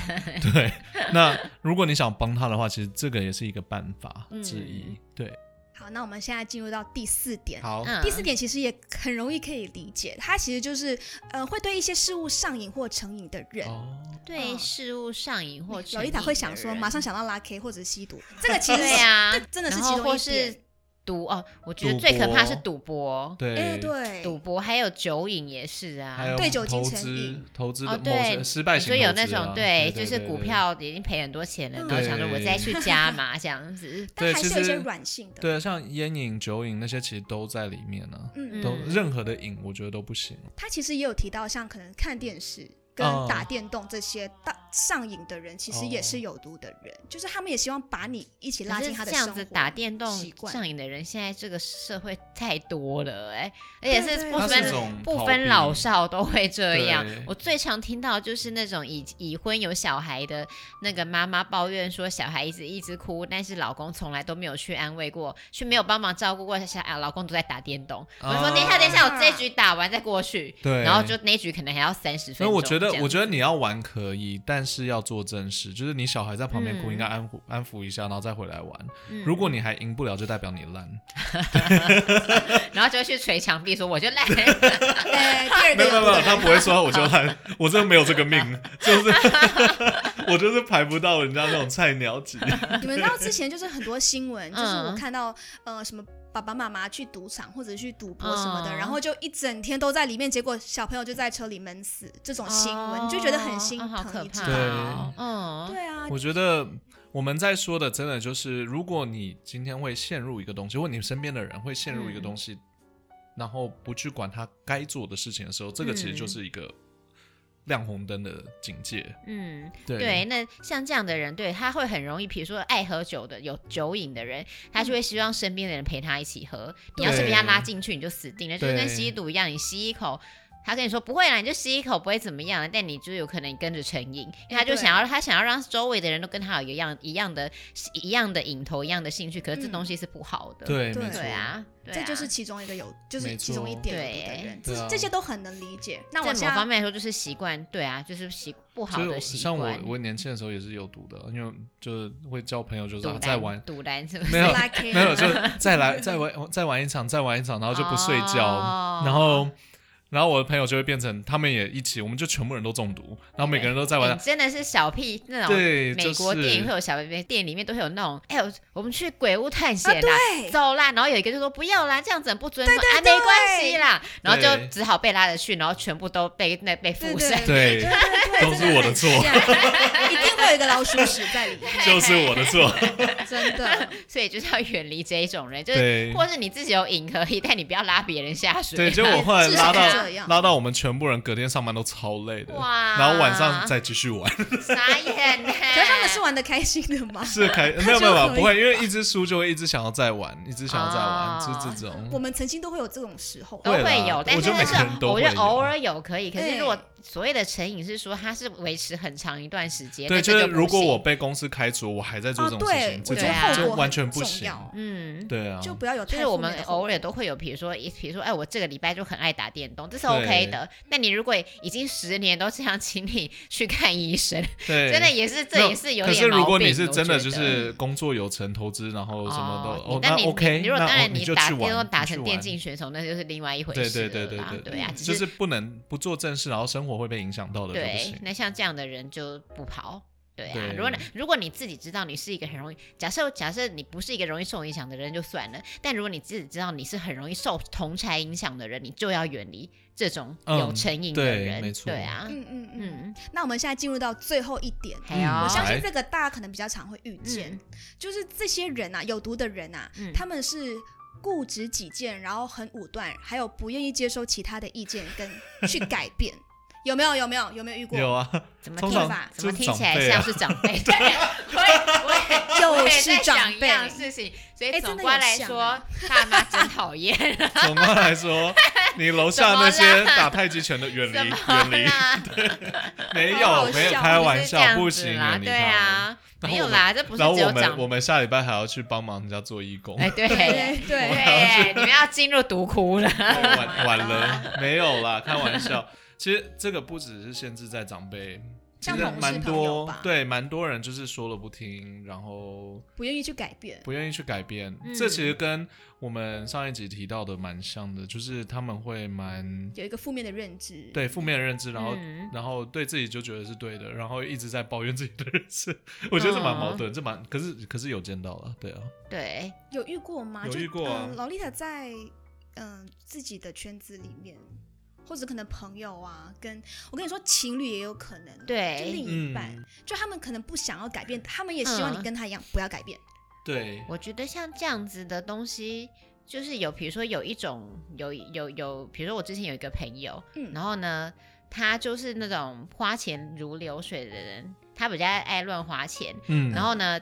[SPEAKER 3] 对，那如果你想帮他的话，其实这个也是一个办法之一。
[SPEAKER 2] 嗯
[SPEAKER 3] 对，
[SPEAKER 1] 好，那我们现在进入到第四点。
[SPEAKER 3] 好，
[SPEAKER 2] 嗯
[SPEAKER 1] 第四点其实也很容易可以理解，它其实就是呃会对一些事物上瘾或成瘾的人。
[SPEAKER 3] 哦，
[SPEAKER 2] 对
[SPEAKER 1] 嗯
[SPEAKER 2] 事物上瘾或
[SPEAKER 1] 有
[SPEAKER 2] 成
[SPEAKER 1] 一
[SPEAKER 2] 瘾
[SPEAKER 1] 塔
[SPEAKER 2] 的
[SPEAKER 1] 会想说，
[SPEAKER 2] 人
[SPEAKER 1] 马上想到拉 K 或者吸毒，这个其实
[SPEAKER 2] 对
[SPEAKER 1] 是
[SPEAKER 2] 啊，
[SPEAKER 1] 这真的是
[SPEAKER 2] 然
[SPEAKER 1] 其
[SPEAKER 2] 后
[SPEAKER 1] 中
[SPEAKER 2] 或
[SPEAKER 1] 一点
[SPEAKER 2] 是赌哦，我觉得
[SPEAKER 3] 赌
[SPEAKER 2] 最可怕
[SPEAKER 3] 博
[SPEAKER 2] 是赌博，
[SPEAKER 3] 对，
[SPEAKER 1] 哎对
[SPEAKER 2] 赌博还有酒瘾也是啊，
[SPEAKER 3] 还有
[SPEAKER 1] 对酒精
[SPEAKER 3] 投
[SPEAKER 1] 成
[SPEAKER 3] 资
[SPEAKER 1] 瘾，
[SPEAKER 3] 投资的
[SPEAKER 2] 哦
[SPEAKER 3] 某
[SPEAKER 2] 对
[SPEAKER 3] 些失败型
[SPEAKER 2] 所以有
[SPEAKER 3] 投资
[SPEAKER 2] 那
[SPEAKER 3] 啊，
[SPEAKER 2] 种
[SPEAKER 3] 对，对
[SPEAKER 2] 就是
[SPEAKER 3] 对
[SPEAKER 2] 股
[SPEAKER 3] 对嗯
[SPEAKER 2] 票已经赔很多钱了，然后想着我
[SPEAKER 3] 对
[SPEAKER 2] 再去加码这 样子，
[SPEAKER 1] 但
[SPEAKER 3] 对
[SPEAKER 1] 还是
[SPEAKER 3] 其
[SPEAKER 1] 有一些
[SPEAKER 3] 实
[SPEAKER 1] 软性的。
[SPEAKER 3] 对，像烟瘾、酒瘾那些，其实都在里面呢、
[SPEAKER 1] 嗯，
[SPEAKER 2] 嗯
[SPEAKER 3] 都任何的瘾，我觉得都不行。
[SPEAKER 1] 他其实也有提到，像可能看电视跟
[SPEAKER 3] 哦
[SPEAKER 1] 打电动这些大上瘾的人，其实也是有毒的人，就是他们也希望把你一起拉
[SPEAKER 2] 可
[SPEAKER 1] 进
[SPEAKER 2] 是
[SPEAKER 1] 他的
[SPEAKER 2] 这
[SPEAKER 1] 生
[SPEAKER 2] 样
[SPEAKER 1] 活。
[SPEAKER 2] 子打电动
[SPEAKER 1] 习惯
[SPEAKER 2] 上瘾的人，现在这个社会太多了、哎，而且是
[SPEAKER 1] 对
[SPEAKER 2] 不
[SPEAKER 3] 它是
[SPEAKER 1] 对
[SPEAKER 3] 一
[SPEAKER 2] 分
[SPEAKER 3] 种
[SPEAKER 2] 不
[SPEAKER 3] 嗯逃
[SPEAKER 2] 分
[SPEAKER 3] 避
[SPEAKER 2] 老少都会这样
[SPEAKER 3] 对。
[SPEAKER 2] 我最常听到就是那种已已婚有小孩的那个妈妈抱怨说，小孩一直一直哭，但是老公从来都没有去安慰过，却没有帮忙照顾过小啊，老公都在打电动。我就说
[SPEAKER 3] 啊
[SPEAKER 2] 等一下，等一下，我这一局打完再过去。
[SPEAKER 3] 对
[SPEAKER 2] 然后就那一局可能还要三十分
[SPEAKER 3] 所以
[SPEAKER 2] 钟。
[SPEAKER 3] 我觉得
[SPEAKER 2] 这，样
[SPEAKER 3] 我觉得你要玩可以，但是要做正事，就是你小孩在旁边哭，
[SPEAKER 2] 嗯
[SPEAKER 3] 应该安抚、安抚一下，然后再回来玩。
[SPEAKER 2] 嗯
[SPEAKER 3] 如果你还赢不了，就代表你烂。
[SPEAKER 2] 然后就会去捶墙壁说我就烂。
[SPEAKER 1] 哎，第二
[SPEAKER 3] 没
[SPEAKER 1] 个
[SPEAKER 3] 有没有，没
[SPEAKER 1] 毒
[SPEAKER 3] 有，
[SPEAKER 1] 的
[SPEAKER 3] 他
[SPEAKER 1] 人
[SPEAKER 3] 不会说我就 烂，我真的没有这个命，就是 我就是排不到人家那种菜鸟 级。
[SPEAKER 1] 你们知道之前就是很多新闻，就是我
[SPEAKER 2] 嗯
[SPEAKER 1] 看到呃什么。爸爸妈妈去赌场或者去赌博什么的，
[SPEAKER 2] 嗯
[SPEAKER 1] 然后就一整天都在里面，结果小朋友就在车里闷死，这种新闻、你就觉得很心
[SPEAKER 2] 哦好可
[SPEAKER 1] 疼，你知
[SPEAKER 2] 怕
[SPEAKER 1] 道
[SPEAKER 3] 对
[SPEAKER 2] 哦
[SPEAKER 1] 吗，
[SPEAKER 2] 嗯，
[SPEAKER 1] 对啊，
[SPEAKER 3] 我觉得我们在说的真的就是，如果你今天会陷入一个东西，或你身边的人会陷入一个东
[SPEAKER 2] 嗯
[SPEAKER 3] 西，然后不去管他该做的事情的时候，这个其实就是一个亮红灯的警戒。
[SPEAKER 2] 嗯，
[SPEAKER 3] 对
[SPEAKER 2] 对，那像这样的人，对他会很容易，比如说爱喝酒的、有酒瘾的人，他
[SPEAKER 3] 嗯
[SPEAKER 2] 就会希望身边的人陪他一起喝。你要是被他拉进去，你就死定了，就
[SPEAKER 3] 对
[SPEAKER 2] 跟吸毒一样，你吸一口。他跟你说不会啦，你就吸一口不会怎么样，但你就有可能跟着成瘾，因为他就想要他想要让周围的人都跟他有一样一样的一样的瘾头一样的兴趣，可是这
[SPEAKER 1] 嗯
[SPEAKER 2] 东西是不好的。
[SPEAKER 3] 对，
[SPEAKER 1] 对
[SPEAKER 3] 没错
[SPEAKER 2] 对。啊，对啊
[SPEAKER 1] 这就是其中一个有，就是
[SPEAKER 3] 没
[SPEAKER 1] 其中一
[SPEAKER 3] 错
[SPEAKER 1] 点有
[SPEAKER 2] 对
[SPEAKER 1] 毒的人，
[SPEAKER 3] 对
[SPEAKER 1] 这
[SPEAKER 3] 啊
[SPEAKER 1] 这些都很能理解。那
[SPEAKER 2] 在
[SPEAKER 1] 我
[SPEAKER 2] 某
[SPEAKER 1] 现在
[SPEAKER 2] 方面来说就是习惯，对啊，就是习不好
[SPEAKER 3] 所以
[SPEAKER 2] 的
[SPEAKER 3] 我
[SPEAKER 2] 习
[SPEAKER 3] 像我
[SPEAKER 2] 惯，。
[SPEAKER 3] 我年轻的时候也是有毒的，因为就是会交朋友，就是
[SPEAKER 2] 赌
[SPEAKER 3] 啊
[SPEAKER 2] 篮
[SPEAKER 3] 再玩，
[SPEAKER 2] 赌篮是不是？
[SPEAKER 3] 没有
[SPEAKER 1] 拉 K
[SPEAKER 3] 没有，就再来再玩再玩一场，再玩一场，然后就不睡觉，
[SPEAKER 2] 哦
[SPEAKER 3] 然后然后我的朋友就会变成他们也一起，我们就全部人都中毒，然后每个人都在
[SPEAKER 2] 欸
[SPEAKER 3] 玩
[SPEAKER 2] 你，真的是小屁那种。
[SPEAKER 3] 对，
[SPEAKER 2] 美国
[SPEAKER 3] 就是
[SPEAKER 2] 电影会有小屁屁，电影里面都会有那种，哎、呦，我们去鬼屋探险
[SPEAKER 1] 啊
[SPEAKER 2] 啦、
[SPEAKER 1] 对
[SPEAKER 2] 走啦，然后有一个就说不要啦，这样子很不尊重，啊，
[SPEAKER 1] 对
[SPEAKER 2] 没关系啦，然后就
[SPEAKER 3] 对
[SPEAKER 2] 只好被拉着去，然后全部都被那被附
[SPEAKER 1] 对
[SPEAKER 2] 身
[SPEAKER 1] 对，对
[SPEAKER 3] 对
[SPEAKER 1] 对对
[SPEAKER 3] 都是我的错
[SPEAKER 1] 真很像一定会有一个老鼠屎在里面，
[SPEAKER 3] 就是我的错。
[SPEAKER 1] 真的。
[SPEAKER 2] 所以就是要远离这一种人，就是
[SPEAKER 3] 对
[SPEAKER 2] 或是你自己有瘾可以，但你不要拉别人下水。
[SPEAKER 3] 对，结果我后来
[SPEAKER 1] 至少
[SPEAKER 3] 拉
[SPEAKER 2] 是
[SPEAKER 1] 这
[SPEAKER 3] 到
[SPEAKER 1] 样
[SPEAKER 3] 拉到我们全部人隔天上班都超累的，
[SPEAKER 2] 哇
[SPEAKER 3] 然后晚上再继续玩。
[SPEAKER 2] 傻眼呢。
[SPEAKER 1] 可是他们是玩的开心的吗？
[SPEAKER 3] 是开没
[SPEAKER 1] 就
[SPEAKER 3] 有没有没有
[SPEAKER 1] 可以
[SPEAKER 3] 不会，因为一直输就会一直想要再玩，一直想要再玩，
[SPEAKER 2] 哦
[SPEAKER 3] 是这
[SPEAKER 1] 我
[SPEAKER 3] 种。
[SPEAKER 1] 们曾经都会有这种时候，
[SPEAKER 2] 都
[SPEAKER 3] 会啦
[SPEAKER 2] 会有，但
[SPEAKER 3] 我
[SPEAKER 2] 是
[SPEAKER 3] 觉
[SPEAKER 2] 但
[SPEAKER 3] 得每
[SPEAKER 2] 是
[SPEAKER 3] 个人都
[SPEAKER 2] 我
[SPEAKER 3] 会
[SPEAKER 2] 觉得
[SPEAKER 3] 有
[SPEAKER 2] 偶尔有可以，可是如果
[SPEAKER 1] 对
[SPEAKER 2] 所谓的成瘾是说它是维持很长一段时间，
[SPEAKER 3] 对，
[SPEAKER 2] 那
[SPEAKER 3] 就
[SPEAKER 2] 这
[SPEAKER 3] 是
[SPEAKER 2] 不
[SPEAKER 3] 如果
[SPEAKER 2] 行
[SPEAKER 3] 我被公司开除，我还在做
[SPEAKER 1] 哦
[SPEAKER 3] 这种事
[SPEAKER 1] 对
[SPEAKER 3] 情，
[SPEAKER 1] 我
[SPEAKER 3] 这
[SPEAKER 2] 觉
[SPEAKER 3] 种
[SPEAKER 2] 得后
[SPEAKER 3] 就
[SPEAKER 1] 果
[SPEAKER 3] 完
[SPEAKER 1] 很
[SPEAKER 3] 全不
[SPEAKER 1] 重
[SPEAKER 3] 行。
[SPEAKER 1] 要
[SPEAKER 2] 嗯。
[SPEAKER 3] 对啊，
[SPEAKER 1] 就不 要有太
[SPEAKER 2] 就是我
[SPEAKER 1] 负面
[SPEAKER 2] 们
[SPEAKER 1] 的后
[SPEAKER 2] 偶尔
[SPEAKER 1] 果。
[SPEAKER 2] 都会有，比如说，比如说，哎，我这个礼拜就很爱打电动，这是
[SPEAKER 3] 对
[SPEAKER 2] OK 的。那你如果已经十年都这样，请你去看医生，
[SPEAKER 3] 对，
[SPEAKER 2] 真的也是，
[SPEAKER 3] 没
[SPEAKER 2] 这也是有
[SPEAKER 3] 可
[SPEAKER 2] 点
[SPEAKER 3] 是如
[SPEAKER 2] 毛
[SPEAKER 3] 果
[SPEAKER 2] 病
[SPEAKER 3] 你是
[SPEAKER 2] 我
[SPEAKER 3] 真的
[SPEAKER 2] 觉
[SPEAKER 3] 就
[SPEAKER 2] 得
[SPEAKER 3] 是工作有成，投资然后什么都
[SPEAKER 2] 你
[SPEAKER 3] 哦，
[SPEAKER 2] 但
[SPEAKER 3] 那
[SPEAKER 2] 你
[SPEAKER 3] OK，
[SPEAKER 2] 你如果
[SPEAKER 3] 那
[SPEAKER 2] 当
[SPEAKER 3] 哦
[SPEAKER 2] 然
[SPEAKER 3] 你就
[SPEAKER 2] 打
[SPEAKER 3] 去
[SPEAKER 2] 电
[SPEAKER 3] 玩，
[SPEAKER 2] 动打
[SPEAKER 3] 你去
[SPEAKER 2] 成电
[SPEAKER 3] 玩
[SPEAKER 2] 竞选手，那就是另外一回
[SPEAKER 3] 对
[SPEAKER 2] 事
[SPEAKER 3] 对
[SPEAKER 2] 了
[SPEAKER 3] 对对
[SPEAKER 2] 啦
[SPEAKER 3] 对，嗯
[SPEAKER 2] 对啊，只
[SPEAKER 3] 就是不能不做正事，然后生活会被影响到的就不
[SPEAKER 2] 对
[SPEAKER 3] 行，。
[SPEAKER 2] 那像这样的人就不跑。对啊，
[SPEAKER 3] 对
[SPEAKER 2] 如果你如果你自己知道你是一个很容易，假设假设你不是一个容易受影响的人就算了，但如果你自己知道你是很容易受同才影响的人，你就要远离这种
[SPEAKER 3] 嗯
[SPEAKER 2] 有成瘾的
[SPEAKER 3] 对
[SPEAKER 2] 人。
[SPEAKER 3] 没错
[SPEAKER 2] 对啊，
[SPEAKER 1] 嗯嗯嗯。
[SPEAKER 2] 嗯，
[SPEAKER 1] 那我们现在进入到最后一点，
[SPEAKER 2] 还有、
[SPEAKER 3] 嗯
[SPEAKER 1] 我相
[SPEAKER 3] 来
[SPEAKER 1] 信这个大家可能比较常会遇见
[SPEAKER 2] 嗯，
[SPEAKER 1] 就是这些人啊，有毒的人啊，
[SPEAKER 2] 嗯
[SPEAKER 1] 他们是固执己见，然后很武断，还有不愿意接受其他的意见跟去改变。有没有？有没有？有没有遇过？
[SPEAKER 3] 有啊，
[SPEAKER 2] 怎么
[SPEAKER 3] 通
[SPEAKER 2] 听
[SPEAKER 3] 常
[SPEAKER 1] 法
[SPEAKER 2] 怎么
[SPEAKER 3] 就是
[SPEAKER 2] 听起
[SPEAKER 3] 长
[SPEAKER 2] 来
[SPEAKER 3] 辈啊
[SPEAKER 2] 像是长辈？ 对，我也我也
[SPEAKER 1] 又
[SPEAKER 2] 我也
[SPEAKER 1] 是
[SPEAKER 2] 在
[SPEAKER 1] 长
[SPEAKER 2] 想一
[SPEAKER 1] 辈
[SPEAKER 2] 样的啊事情， 所以
[SPEAKER 1] 哎
[SPEAKER 2] 总
[SPEAKER 1] 真的
[SPEAKER 2] 观
[SPEAKER 1] 有
[SPEAKER 2] 来
[SPEAKER 1] 像
[SPEAKER 2] 说
[SPEAKER 1] 哎，
[SPEAKER 2] 爸妈真讨 厌。
[SPEAKER 3] 总的来说，你楼下那些打太极拳的远 离
[SPEAKER 2] 怎么
[SPEAKER 3] 远离，
[SPEAKER 2] 啦？
[SPEAKER 3] 没
[SPEAKER 1] 好
[SPEAKER 3] 有
[SPEAKER 1] 好
[SPEAKER 3] 没有
[SPEAKER 1] 笑
[SPEAKER 3] 开
[SPEAKER 2] 不
[SPEAKER 3] 玩
[SPEAKER 2] 是这样
[SPEAKER 3] 笑，不
[SPEAKER 2] 子
[SPEAKER 3] 行，
[SPEAKER 2] 啦，
[SPEAKER 3] 远离
[SPEAKER 2] 对
[SPEAKER 3] 他们。
[SPEAKER 2] 啊，没
[SPEAKER 3] 然后
[SPEAKER 2] 有
[SPEAKER 3] 我们
[SPEAKER 2] 啦，这不是
[SPEAKER 3] 然后
[SPEAKER 2] 只有
[SPEAKER 3] 我们
[SPEAKER 2] 长
[SPEAKER 3] 我们下礼拜还要去帮忙人家做义工，
[SPEAKER 2] 哎，对
[SPEAKER 1] 对
[SPEAKER 2] 耶
[SPEAKER 1] 对，
[SPEAKER 2] 对，你们要进入毒窟了。
[SPEAKER 3] 晚晚哦了没有啦，开玩笑。其实这个不只是限制在长辈，其
[SPEAKER 1] 像
[SPEAKER 3] 实
[SPEAKER 1] 同事
[SPEAKER 3] 蛮
[SPEAKER 1] 朋友
[SPEAKER 3] 多
[SPEAKER 1] 吧
[SPEAKER 3] 对蛮多人就是说了不听，然后
[SPEAKER 1] 不愿意去改变。
[SPEAKER 3] 不愿意去改变。
[SPEAKER 2] 嗯
[SPEAKER 3] 这其实跟我们上一集提到的蛮像的，就是他们会蛮
[SPEAKER 1] 有一个负面的认知，
[SPEAKER 3] 对负面的认知，然后、
[SPEAKER 2] 嗯
[SPEAKER 3] 然后对自己就觉得是对的，然后一直在抱怨自己的人生， 我觉得这蛮
[SPEAKER 2] 嗯
[SPEAKER 3] 矛盾，这蛮可是可是有见到了，对啊，
[SPEAKER 2] 对，
[SPEAKER 1] 有遇过吗？
[SPEAKER 3] 有
[SPEAKER 1] 就
[SPEAKER 3] 遇过啊
[SPEAKER 1] 嗯，劳丽塔在嗯、自己的圈子里面，或者可能朋友啊，跟我跟你说，情侣也有可能，
[SPEAKER 2] 对
[SPEAKER 1] 就另一半，
[SPEAKER 3] 嗯
[SPEAKER 1] 就他们可能不想要改变，他们也希望
[SPEAKER 2] 嗯
[SPEAKER 1] 你跟他一样不要改变。
[SPEAKER 3] 对，
[SPEAKER 2] 我觉得像这样子的东西。就是有，比如说有一种有有有，比如说我之前有一个朋友，
[SPEAKER 1] 嗯，
[SPEAKER 2] 然后呢，他就是那种花钱如流水的人，他比较爱乱花钱，
[SPEAKER 3] 嗯，
[SPEAKER 2] 然后呢，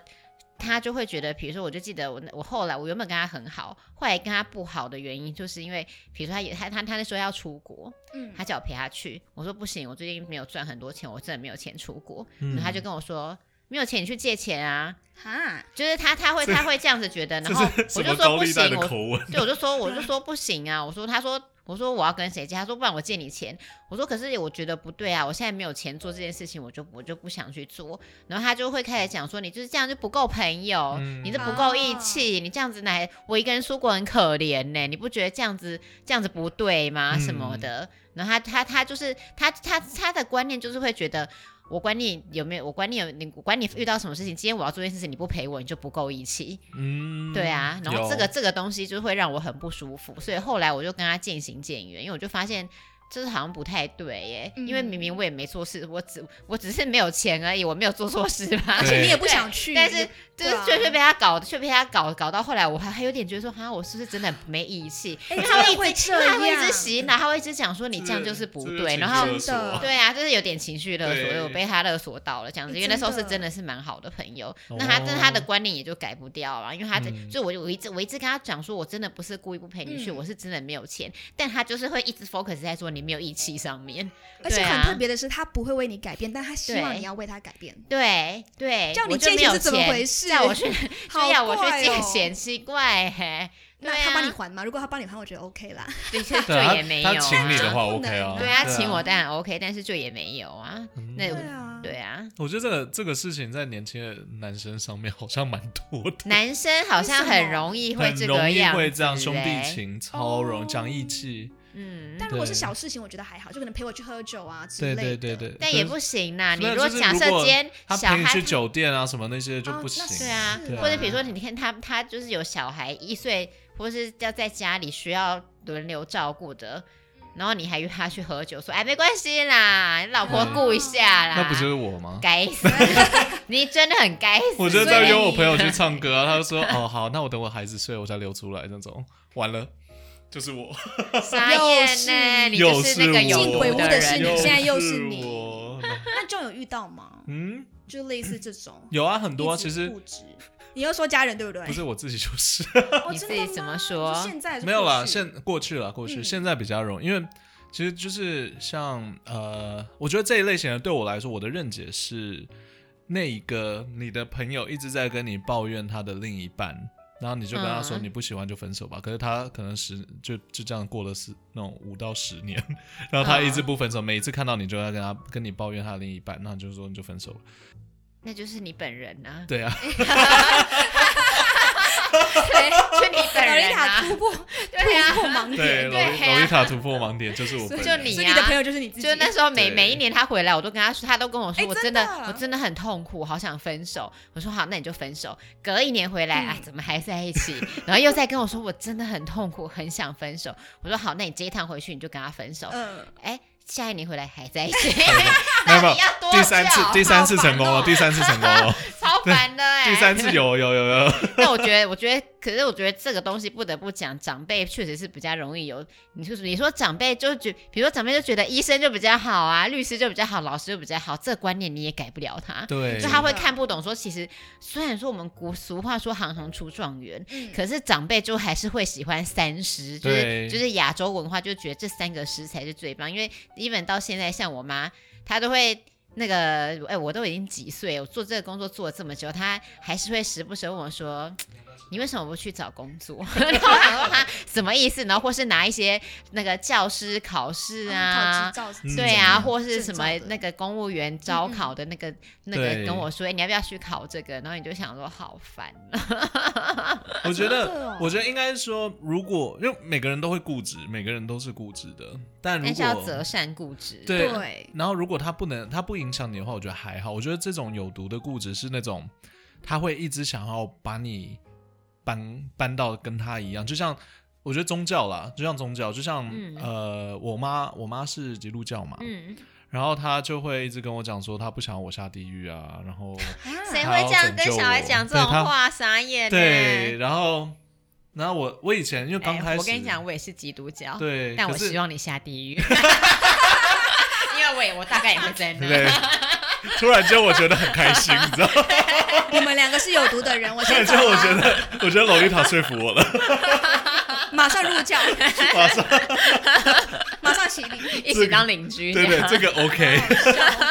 [SPEAKER 2] 他就会觉得，比如说，我就记得我那我后来我原本跟他很好，后来跟他不好的原因，就是因为，比如说他也他他他那时候要出国，
[SPEAKER 1] 嗯，
[SPEAKER 2] 他叫我陪他去，我说不行，我最近没有赚很多钱，我真的没有钱出国，
[SPEAKER 3] 嗯
[SPEAKER 2] 然后他就跟我说。没有钱，你去借钱啊！
[SPEAKER 1] 哈，
[SPEAKER 2] 就是他，他会，
[SPEAKER 3] 这
[SPEAKER 2] 他会这样子觉得，然
[SPEAKER 3] 这
[SPEAKER 2] 后
[SPEAKER 3] 是
[SPEAKER 2] 我就
[SPEAKER 3] 什么
[SPEAKER 2] 说
[SPEAKER 3] 高
[SPEAKER 2] 不
[SPEAKER 3] 利贷
[SPEAKER 2] 行，
[SPEAKER 3] 的
[SPEAKER 2] 我
[SPEAKER 3] 口吻？
[SPEAKER 2] 对，我就说，我 就说不行啊！我说，他说，我说我要跟谁借？他说，不然我借你钱。我说，可是我觉得不对啊，我现在没有钱做这件事情，我就我就不想去做。然后他就会开始讲说，你就是这样就不够朋友，
[SPEAKER 3] 嗯
[SPEAKER 2] 哦你这不够义气，你这样子来，我一个人出国很可怜呢、你不觉得这样子这样子不对吗？什么
[SPEAKER 3] 嗯
[SPEAKER 2] 的。然后他他他就是他他他的观念就是会觉得。我管你有没有，我管你有你，我管你遇到什么事情。今天我要做一件事情，你不陪我，你就不够义气。
[SPEAKER 3] 嗯，
[SPEAKER 2] 对啊，然后
[SPEAKER 3] 有
[SPEAKER 2] 这个这个东西就会让我很不舒服，所以后来我就跟他渐行渐远，因为我就发现。这是好像不太对耶，因为
[SPEAKER 1] 嗯
[SPEAKER 2] 明明我也没做事，我只我只是没有钱而已，我没有做错事吧
[SPEAKER 1] 而。且你也不想去，
[SPEAKER 2] 但是就是
[SPEAKER 1] 对啊
[SPEAKER 2] 却却被他搞，却被他搞搞到后来，我还还有点觉得说，哈，我是不是真的没义气？
[SPEAKER 1] 哎
[SPEAKER 2] 因为他
[SPEAKER 1] 真的
[SPEAKER 2] 会
[SPEAKER 1] 会
[SPEAKER 2] 一直，
[SPEAKER 1] 这
[SPEAKER 2] 因为他会一直
[SPEAKER 1] 样
[SPEAKER 2] 洗脑，他会一直讲说你这样就是不对，然后
[SPEAKER 1] 情绪勒索真的
[SPEAKER 2] 对啊，就是有点情绪勒索，
[SPEAKER 3] 对
[SPEAKER 2] 有被他勒索到了这样子，
[SPEAKER 1] 哎
[SPEAKER 2] 因为那时候是
[SPEAKER 1] 真的
[SPEAKER 2] 真的是蛮好的朋友，那他但是他的观念也就改不掉啊，因为他的、
[SPEAKER 3] 嗯
[SPEAKER 2] 就我我一直我一直跟他讲说，我真的不是故意不陪你去，
[SPEAKER 1] 嗯
[SPEAKER 2] 我是真的没有钱，但他就是会一直 focus 在说你没有义气上面，
[SPEAKER 1] 而且
[SPEAKER 2] 对啊
[SPEAKER 1] 很特别的是，他不会为你改变，但他希望
[SPEAKER 2] 对
[SPEAKER 1] 你要为他改变。
[SPEAKER 2] 对对，
[SPEAKER 1] 叫你
[SPEAKER 2] 我就
[SPEAKER 1] 借
[SPEAKER 2] 没有
[SPEAKER 1] 钱是怎么
[SPEAKER 2] 钱
[SPEAKER 1] 回事
[SPEAKER 2] 叫我去就
[SPEAKER 1] 好
[SPEAKER 2] 要啊我去
[SPEAKER 1] 怪
[SPEAKER 2] 借
[SPEAKER 1] 哦
[SPEAKER 2] 钱，奇怪嘿、对
[SPEAKER 1] 那他帮你
[SPEAKER 2] 啊，
[SPEAKER 1] 还吗？如果他帮你还，我觉得 OK 啦。
[SPEAKER 2] 的确就
[SPEAKER 3] 对啊
[SPEAKER 2] 也没有、啊，
[SPEAKER 3] 他请你的话
[SPEAKER 1] 不
[SPEAKER 3] OK 啊，
[SPEAKER 1] 能
[SPEAKER 2] 对啊，
[SPEAKER 3] 对
[SPEAKER 2] 请我当然 OK，但是就也没有啊，那
[SPEAKER 1] 对啊，
[SPEAKER 2] 对啊，
[SPEAKER 3] 嗯我觉得这个这个事情在年轻的男生上面好像蛮多的，
[SPEAKER 2] 男生好像很容易会
[SPEAKER 3] 很
[SPEAKER 2] 这
[SPEAKER 3] 容
[SPEAKER 2] 个
[SPEAKER 3] 易
[SPEAKER 2] 样，欸
[SPEAKER 3] 会这样，兄弟，情超容易
[SPEAKER 1] 哦
[SPEAKER 3] 讲义气，
[SPEAKER 2] 嗯。
[SPEAKER 1] 但如果是
[SPEAKER 3] 对
[SPEAKER 1] 小事情，我觉得还好，就可能陪我去喝酒啊之类
[SPEAKER 3] 对
[SPEAKER 1] 的。
[SPEAKER 3] 对对对，
[SPEAKER 2] 但也不行啦，你
[SPEAKER 3] 那
[SPEAKER 2] 如果
[SPEAKER 3] 就是
[SPEAKER 2] 假设
[SPEAKER 3] 如果
[SPEAKER 2] 今天
[SPEAKER 3] 他
[SPEAKER 2] 小
[SPEAKER 3] 陪你
[SPEAKER 2] 孩
[SPEAKER 3] 去酒店啊什么那些就
[SPEAKER 1] 哦
[SPEAKER 3] 不
[SPEAKER 1] 那
[SPEAKER 3] 行，
[SPEAKER 1] 是
[SPEAKER 2] 对啊
[SPEAKER 1] 是，啊
[SPEAKER 2] 或者比如说你看他他就是有小孩一岁，或是要在家里需要轮流照顾的，然后你还约他去喝酒，说哎没关系啦，你老婆顾一下啦。
[SPEAKER 3] 嗯那不就是我吗？
[SPEAKER 2] 该死，你真的很该死。
[SPEAKER 3] 我就在约我朋友去 唱歌啊，他就说哦好，那我等我孩子睡我再溜出来那种。完了，就是我，
[SPEAKER 1] 哦
[SPEAKER 2] 傻眼呢、你就是那个有
[SPEAKER 1] 进鬼屋
[SPEAKER 2] 的
[SPEAKER 1] 的是你
[SPEAKER 2] 人
[SPEAKER 1] 现在又
[SPEAKER 3] 是
[SPEAKER 1] 是你
[SPEAKER 3] 我。
[SPEAKER 1] 那这种有遇到吗？
[SPEAKER 3] 嗯，
[SPEAKER 1] 就类似这种，
[SPEAKER 3] 有啊，很多啊，
[SPEAKER 1] 一直
[SPEAKER 3] 其实
[SPEAKER 1] 固执。你又说家人对不对？
[SPEAKER 3] 不是我自己就是。
[SPEAKER 1] 哦，
[SPEAKER 2] 你
[SPEAKER 1] 真
[SPEAKER 2] 自己
[SPEAKER 1] 的
[SPEAKER 2] 怎么
[SPEAKER 1] 吗
[SPEAKER 2] 说
[SPEAKER 1] 就现在还是
[SPEAKER 3] 没有啦，
[SPEAKER 1] 过去
[SPEAKER 3] 现过去了，过去、
[SPEAKER 1] 嗯
[SPEAKER 3] 现在比较容易，因为其实就是像呃，我觉得这一类型的对我来说，我的认解是那一个你的朋友一直在跟你抱怨他的另一半，然后你就跟他说
[SPEAKER 2] 嗯
[SPEAKER 3] 你不喜欢就分手吧，可是他可能十就就这样过了十那种五到十年，然后他
[SPEAKER 1] 嗯
[SPEAKER 3] 一直不分手，每一次看到你就要跟他跟你抱怨他的另一半，那你就说你就分手了，
[SPEAKER 2] 那就是你本人啊，
[SPEAKER 3] 对啊，
[SPEAKER 1] 哎
[SPEAKER 2] 对，就你本
[SPEAKER 1] 洛丽
[SPEAKER 2] 人
[SPEAKER 1] 塔
[SPEAKER 2] 啊，
[SPEAKER 1] 突破
[SPEAKER 2] 对啊
[SPEAKER 1] 突破盲
[SPEAKER 3] 对，
[SPEAKER 1] 点，
[SPEAKER 3] 洛
[SPEAKER 2] 对
[SPEAKER 3] 丽
[SPEAKER 2] 啊
[SPEAKER 3] 洛丽塔突破盲点就是我本人，
[SPEAKER 2] 就你
[SPEAKER 1] 所以
[SPEAKER 2] 呀
[SPEAKER 1] 你的朋友就是你自己。
[SPEAKER 2] 就那时候每
[SPEAKER 3] 对
[SPEAKER 2] 每一年他回来，我都跟他说，他都跟我说，
[SPEAKER 1] 哎
[SPEAKER 2] 我
[SPEAKER 1] 真
[SPEAKER 2] 真
[SPEAKER 1] 的
[SPEAKER 2] 的我真的很痛苦，好想分手。我说好，那你就分手。隔一年回来，
[SPEAKER 1] 嗯
[SPEAKER 2] 哎、怎么还在一 起？然后又再跟我说，我真的很痛苦，很想分手。我说好，那你这一趟回去你就跟他分手。
[SPEAKER 1] 嗯，
[SPEAKER 2] 哎、下一年回来还在一起，
[SPEAKER 3] 没有没
[SPEAKER 2] 到
[SPEAKER 3] 有
[SPEAKER 2] 底要多
[SPEAKER 3] 第三次
[SPEAKER 2] 久
[SPEAKER 3] 第三次
[SPEAKER 1] 好烦
[SPEAKER 3] 成功了，
[SPEAKER 1] 哦
[SPEAKER 3] 第三次成功了。
[SPEAKER 2] 超烦的哎、
[SPEAKER 3] 第三次有有有有，
[SPEAKER 2] 那我觉得，我觉得，可是我觉得这个东西不得不讲，长辈确实是比较容易有。你说你说长辈就觉，比如说长辈就觉得医生就比较好啊，律师就比较好，老师就比较好，这个观念你也改不了他。
[SPEAKER 3] 对
[SPEAKER 2] 就他会看不懂说，其实虽然说我们古俗话说行行出状元，可是长辈就还是会喜欢三师，就是
[SPEAKER 3] 对
[SPEAKER 2] 就是亚洲文化就觉得这三个师才是最棒，因为 even 到现在像我妈，她都会。那个，哎、我都已经几岁，我做这个工作做了这么久，她还是会时不时问我说：“你为什么不去找工作？” 然后我想说她什么意思？然后或是拿一些那个教师考试
[SPEAKER 1] 考
[SPEAKER 2] 啊，
[SPEAKER 1] 执照
[SPEAKER 3] 嗯
[SPEAKER 2] 对啊，
[SPEAKER 3] 嗯
[SPEAKER 2] 或是什么
[SPEAKER 1] 证照的嗯
[SPEAKER 2] 那个公务员招考的那个、那个
[SPEAKER 3] 对
[SPEAKER 2] 跟我说、欸你要不要去考这个？然后你就想说好烦啊，
[SPEAKER 3] 我觉
[SPEAKER 1] 真的哦
[SPEAKER 3] 得，我觉得应该说，如果因为每个人都会固执，每个人都是固执的，但如
[SPEAKER 2] 但是要择
[SPEAKER 3] 果
[SPEAKER 2] 善固执。
[SPEAKER 3] 对
[SPEAKER 1] 对，
[SPEAKER 3] 然后如果他不能，他不影响你的话，我觉得还好。我觉得这种有毒的固执是那种，他会一直想要把你搬搬到跟他一样，就像我觉得宗教啦，就像宗教，就像、
[SPEAKER 2] 嗯
[SPEAKER 3] 呃，我妈我妈是基督教嘛，
[SPEAKER 2] 嗯，
[SPEAKER 3] 然后她就会一直跟我讲说，她不想要我下地狱啊，然 后。
[SPEAKER 2] 嗯谁
[SPEAKER 1] 啊
[SPEAKER 3] 他
[SPEAKER 2] 会
[SPEAKER 3] 要
[SPEAKER 2] 这样
[SPEAKER 3] 拯
[SPEAKER 2] 跟
[SPEAKER 3] 救
[SPEAKER 2] 小孩
[SPEAKER 3] 我
[SPEAKER 2] 讲这
[SPEAKER 3] 对
[SPEAKER 2] 种
[SPEAKER 3] 他
[SPEAKER 2] 话？傻眼、欸
[SPEAKER 3] 对，，然后，然后我我以前因为刚开始，
[SPEAKER 2] 哎我跟你讲，，我也是基督教，
[SPEAKER 3] 对，
[SPEAKER 2] 但
[SPEAKER 3] 可
[SPEAKER 2] 我
[SPEAKER 3] 是
[SPEAKER 2] 希望你下 地狱，因为我也我大概也会在那。
[SPEAKER 3] 对， 突然间我觉得很开心，你知道吗？
[SPEAKER 1] 你们两个是有毒的人，我
[SPEAKER 3] 突
[SPEAKER 1] 现
[SPEAKER 3] 然 间
[SPEAKER 1] 在
[SPEAKER 3] 我觉得，我觉得洛丽塔说服我 了，
[SPEAKER 1] 马上入教，
[SPEAKER 3] 马上，
[SPEAKER 1] 马上洗礼。
[SPEAKER 2] 一
[SPEAKER 3] 这
[SPEAKER 2] 起
[SPEAKER 3] 个
[SPEAKER 2] 当邻居，
[SPEAKER 3] 对对，
[SPEAKER 2] 样
[SPEAKER 3] 这个 OK，
[SPEAKER 1] 好笑哦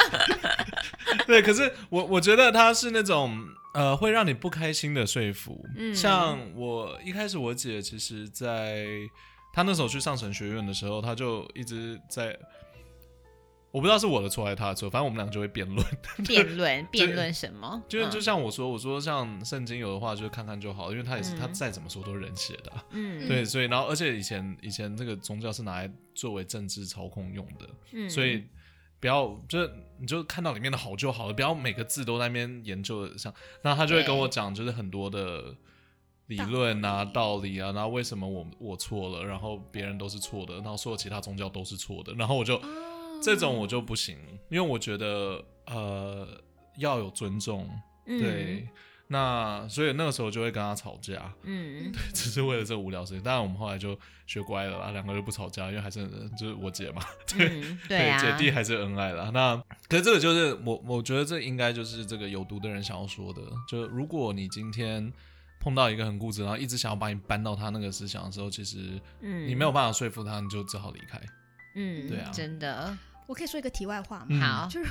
[SPEAKER 2] 嗯
[SPEAKER 3] 对，可是我我觉得他是那种。呃，会让你不开心的说服，
[SPEAKER 2] 嗯
[SPEAKER 3] 像我一开始我姐其实在她那时候去上神学院的时候，她就一直在，我不知道是我的错还是她的错，反正我们两个就会辩论，
[SPEAKER 2] 辩论辩论什么？
[SPEAKER 3] 就是
[SPEAKER 2] 嗯
[SPEAKER 3] 就像我说，我说像圣经有的话就是看看就好，因为它也是
[SPEAKER 2] 嗯
[SPEAKER 3] 它再怎么说都是人写的啊、
[SPEAKER 2] 嗯
[SPEAKER 3] 对，所以然后而且以前以前这个宗教是拿来作为政治操控用的，
[SPEAKER 2] 嗯，
[SPEAKER 3] 所以不要就是你就看到里面的好就好了，不要每个字都在那边研究像，那他就会跟我讲就是很多的理论啊、道理啊，然后为什么我我错了，然后别人都是错的，然后所有其他宗教都是错的，然后我就、
[SPEAKER 2] 哦
[SPEAKER 3] 这种我就不行，因为我觉得呃要有尊重，
[SPEAKER 2] 嗯
[SPEAKER 3] 对。那所以那个时候就会跟他吵架，
[SPEAKER 2] 嗯，
[SPEAKER 3] 只是为了这个无聊事情。当然我们后来就学乖了啦，两个就不吵架，因为还是很就是我姐嘛，
[SPEAKER 2] 嗯对啊，
[SPEAKER 3] 姐弟还是恩爱啦。那可是这个就是我，我觉得这应该就是这个有毒的人想要说的，就是如果你今天碰到一个很固执，然后一直想要把你搬到他那个思想的时候，其实
[SPEAKER 2] 嗯
[SPEAKER 3] 你没有办法说服他，你就只好离开。
[SPEAKER 2] 嗯，
[SPEAKER 3] 对啊
[SPEAKER 2] 真的
[SPEAKER 1] 我可以说一个题外话吗？
[SPEAKER 3] 嗯
[SPEAKER 2] 好，
[SPEAKER 1] 就是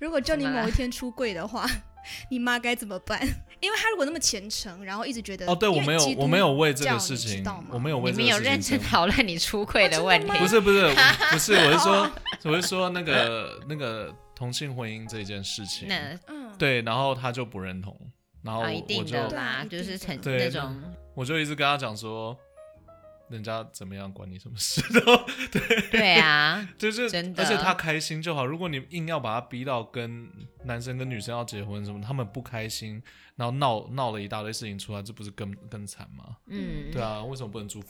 [SPEAKER 1] 如果就你
[SPEAKER 2] 怎么了
[SPEAKER 1] 某一天出柜的话， 你妈该怎么办？ 因为她如果那么虔诚，然后一直觉得
[SPEAKER 3] 哦，对我
[SPEAKER 1] 呃因为
[SPEAKER 3] 没有
[SPEAKER 1] 基，督
[SPEAKER 3] 我没有为这
[SPEAKER 1] 教
[SPEAKER 3] 个
[SPEAKER 1] 你
[SPEAKER 3] 事
[SPEAKER 1] 知
[SPEAKER 3] 情
[SPEAKER 1] 道吗，
[SPEAKER 3] 我没有为
[SPEAKER 2] 你
[SPEAKER 3] 这个
[SPEAKER 2] 们有
[SPEAKER 3] 事情哦
[SPEAKER 2] 认真
[SPEAKER 3] 争
[SPEAKER 2] 讨论你出柜的问题？
[SPEAKER 3] 不是不是我不是，我 是
[SPEAKER 2] 哦
[SPEAKER 3] 说我是说那个那个同性婚姻这件事情，
[SPEAKER 2] 那
[SPEAKER 1] 嗯，
[SPEAKER 3] 对，然后他就不认同，然后
[SPEAKER 2] 啊，
[SPEAKER 3] 我
[SPEAKER 2] 一定
[SPEAKER 3] 就
[SPEAKER 2] 的
[SPEAKER 1] 对啊
[SPEAKER 2] 啦，
[SPEAKER 1] 一定
[SPEAKER 2] 就是成
[SPEAKER 3] 的
[SPEAKER 2] 那
[SPEAKER 3] 对
[SPEAKER 2] 种，
[SPEAKER 3] 我就一直跟他讲说，人家怎么样管你什么事，
[SPEAKER 2] 对 啊，
[SPEAKER 3] 就是
[SPEAKER 2] 真的
[SPEAKER 3] 而且他开心就好。如果你硬要把他逼到跟男生跟女生要结婚什么，他们不开心，然后闹闹了一大堆事情出来，这不是更更惨吗？
[SPEAKER 2] 嗯，
[SPEAKER 3] 对啊，为什么不能祝福？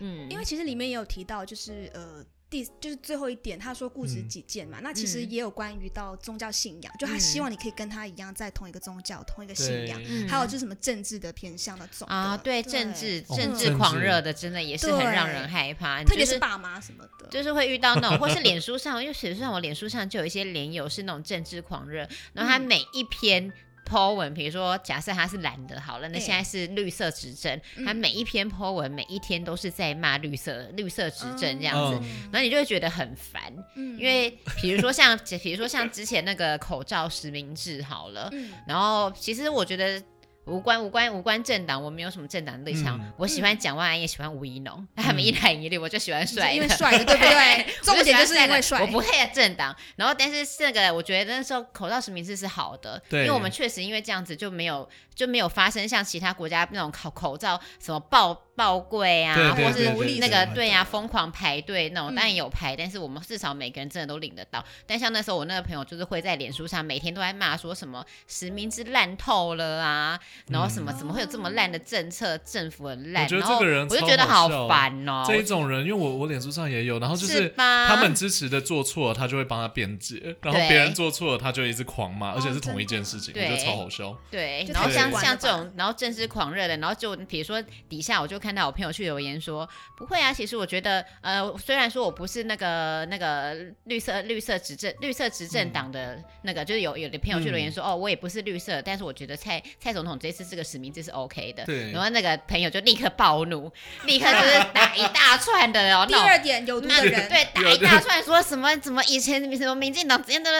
[SPEAKER 2] 嗯，
[SPEAKER 1] 因为其实里面也有提到，就是呃。第就是最后一点，他说固执己见嘛，那其实
[SPEAKER 2] 嗯
[SPEAKER 1] 也有关于到宗教信仰，就他
[SPEAKER 2] 嗯
[SPEAKER 1] 希望你可以跟他一样在同一个宗教、同一个信仰，
[SPEAKER 2] 嗯
[SPEAKER 3] 对，
[SPEAKER 1] 还有就是什么政治的偏向的总的
[SPEAKER 2] 啊，对政治
[SPEAKER 3] 哦
[SPEAKER 2] 政治
[SPEAKER 3] 政
[SPEAKER 2] 狂
[SPEAKER 3] 治
[SPEAKER 2] 热的，真的也是很让人害怕，你
[SPEAKER 1] 特
[SPEAKER 2] 就
[SPEAKER 1] 别
[SPEAKER 2] 是
[SPEAKER 1] 是爸妈什么的，
[SPEAKER 2] 就是会遇到那种，或是脸 书上，因为脸书上我脸书上就有一些连友是那种政治狂热，然后他
[SPEAKER 1] 嗯
[SPEAKER 2] 每一篇。po 文，比如说，假设他是蓝的，好了，那
[SPEAKER 1] 对
[SPEAKER 2] 现在是绿色执政，他
[SPEAKER 1] 嗯
[SPEAKER 2] 每一篇 po 文，每一天都是在骂绿色绿色执政这样子，
[SPEAKER 1] 嗯
[SPEAKER 2] 然后你就会觉得很烦，
[SPEAKER 1] 嗯
[SPEAKER 2] 因为比如说像，比如说像之前那个口罩实名制好了，
[SPEAKER 1] 嗯
[SPEAKER 2] 然后其实我觉得无关无关无关政党，我没有什么政党立场，
[SPEAKER 3] 嗯
[SPEAKER 2] 我喜欢蒋万安，也喜欢吴怡农，他们一男一女，我就喜欢帅的，
[SPEAKER 1] 因为帅的，对不对？重点就是因
[SPEAKER 2] 我
[SPEAKER 1] 为
[SPEAKER 2] 喜
[SPEAKER 1] 帅，
[SPEAKER 2] 欢的我不配政党。然后，但是这个我觉得那时候口罩实名制是好的，
[SPEAKER 3] 对
[SPEAKER 2] 因为我们确实因为这样子就没有就没有发生像其他国家那种口口罩什么爆爆柜啊，
[SPEAKER 3] 对
[SPEAKER 1] 对对
[SPEAKER 2] 或
[SPEAKER 1] 对
[SPEAKER 2] 是
[SPEAKER 1] 对
[SPEAKER 2] 那个
[SPEAKER 3] 对
[SPEAKER 2] 对啊疯狂排队那种，
[SPEAKER 1] 嗯
[SPEAKER 2] 当然有排，但是我们至少每个人真的都领得到。但像那时候我那个朋友就是会在脸书上每天都在骂说什么实名制烂透了啊，然后什么
[SPEAKER 1] 嗯
[SPEAKER 2] 怎么会有这么烂的政策，政府很烂，
[SPEAKER 3] 我觉得
[SPEAKER 2] 然后
[SPEAKER 3] 这个人
[SPEAKER 2] 我就
[SPEAKER 3] 超
[SPEAKER 2] 觉得
[SPEAKER 3] 好
[SPEAKER 2] 好
[SPEAKER 3] 笑
[SPEAKER 2] 烦哦，
[SPEAKER 3] 这一种人，因为我我脸书上也有，然后就是是
[SPEAKER 2] 吧
[SPEAKER 3] 他们支持的做错了，他就会帮他辩解，然后
[SPEAKER 2] 啊对哦
[SPEAKER 3] 别人做错了，他就一直狂骂，而且是同一件事情，我
[SPEAKER 2] 真的
[SPEAKER 3] 觉得超好笑。
[SPEAKER 2] 对，
[SPEAKER 1] 就
[SPEAKER 2] 然后
[SPEAKER 3] 太
[SPEAKER 2] 像
[SPEAKER 3] 极端
[SPEAKER 2] 像
[SPEAKER 1] 了
[SPEAKER 2] 这
[SPEAKER 1] 吧
[SPEAKER 2] 种，然后政治狂热的，然后就比如说底下我就看到我朋友去留言说，不会啊，其实我觉得，呃，虽然说我不是那个那个绿色绿色执政绿色执
[SPEAKER 1] 嗯
[SPEAKER 2] 政党的那个，就是有有的朋友去留言说，哦，我也不是绿色，但是我觉得蔡蔡总统这次这个实名制是 OK 的，
[SPEAKER 3] 对
[SPEAKER 2] 然后那个朋友就立刻暴怒，立刻就是 打一大串的哦，
[SPEAKER 1] 第
[SPEAKER 2] 那种
[SPEAKER 1] 二点有毒
[SPEAKER 2] 那
[SPEAKER 1] 的人，
[SPEAKER 2] 对打一大串说什么怎么以前什么民进党怎样的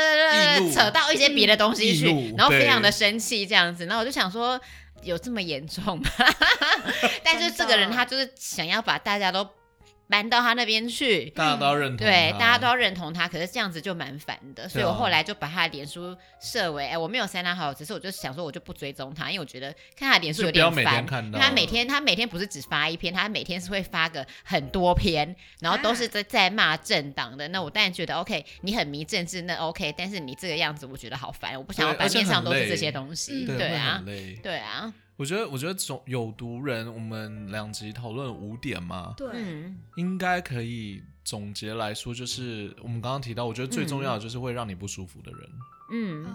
[SPEAKER 3] 易怒
[SPEAKER 2] 扯到一些别的东西
[SPEAKER 3] 易
[SPEAKER 2] 去
[SPEAKER 3] 怒，
[SPEAKER 2] 然后非常
[SPEAKER 3] 对
[SPEAKER 2] 的生气这样子，然后我就想说有这么严重吗？ 但是这个人他就是想要把大家都搬到他那边去。
[SPEAKER 3] 大家都要认同他，
[SPEAKER 2] 对，大家都要认同他，可是这样子就蛮烦的，所以
[SPEAKER 3] 对啊
[SPEAKER 2] 我后来就把他的脸书设为，哎、我没有删他好友，只是我就想说，我就不追踪他，因为我觉得看他的脸书有
[SPEAKER 3] 就不
[SPEAKER 2] 点
[SPEAKER 3] 要
[SPEAKER 2] 烦，
[SPEAKER 3] 每天看
[SPEAKER 2] 因
[SPEAKER 3] 到
[SPEAKER 2] 为。他每天他每天不是只发一篇，他每天是会发个很多篇，然后
[SPEAKER 3] 啊
[SPEAKER 2] 都是在在骂政党的。那我当然觉得 OK，你很迷政治那 OK，但是你这个样子我觉得好烦，我不想要
[SPEAKER 3] 对
[SPEAKER 2] 版
[SPEAKER 3] 而且
[SPEAKER 2] 面上
[SPEAKER 3] 很
[SPEAKER 2] 都是这
[SPEAKER 3] 累
[SPEAKER 2] 些东
[SPEAKER 1] 嗯
[SPEAKER 2] 西。
[SPEAKER 3] 对
[SPEAKER 2] 对
[SPEAKER 3] 会
[SPEAKER 2] 啊
[SPEAKER 3] 很，累。
[SPEAKER 2] 对啊，
[SPEAKER 3] 我觉得，我觉得总有毒人，我们两集讨论五点嘛，
[SPEAKER 1] 对，
[SPEAKER 2] 嗯，
[SPEAKER 3] 应该可以总结来说，就是我们刚刚提到，我觉得最重要的就是会让你不舒服的人，哦
[SPEAKER 2] 嗯，
[SPEAKER 1] 啊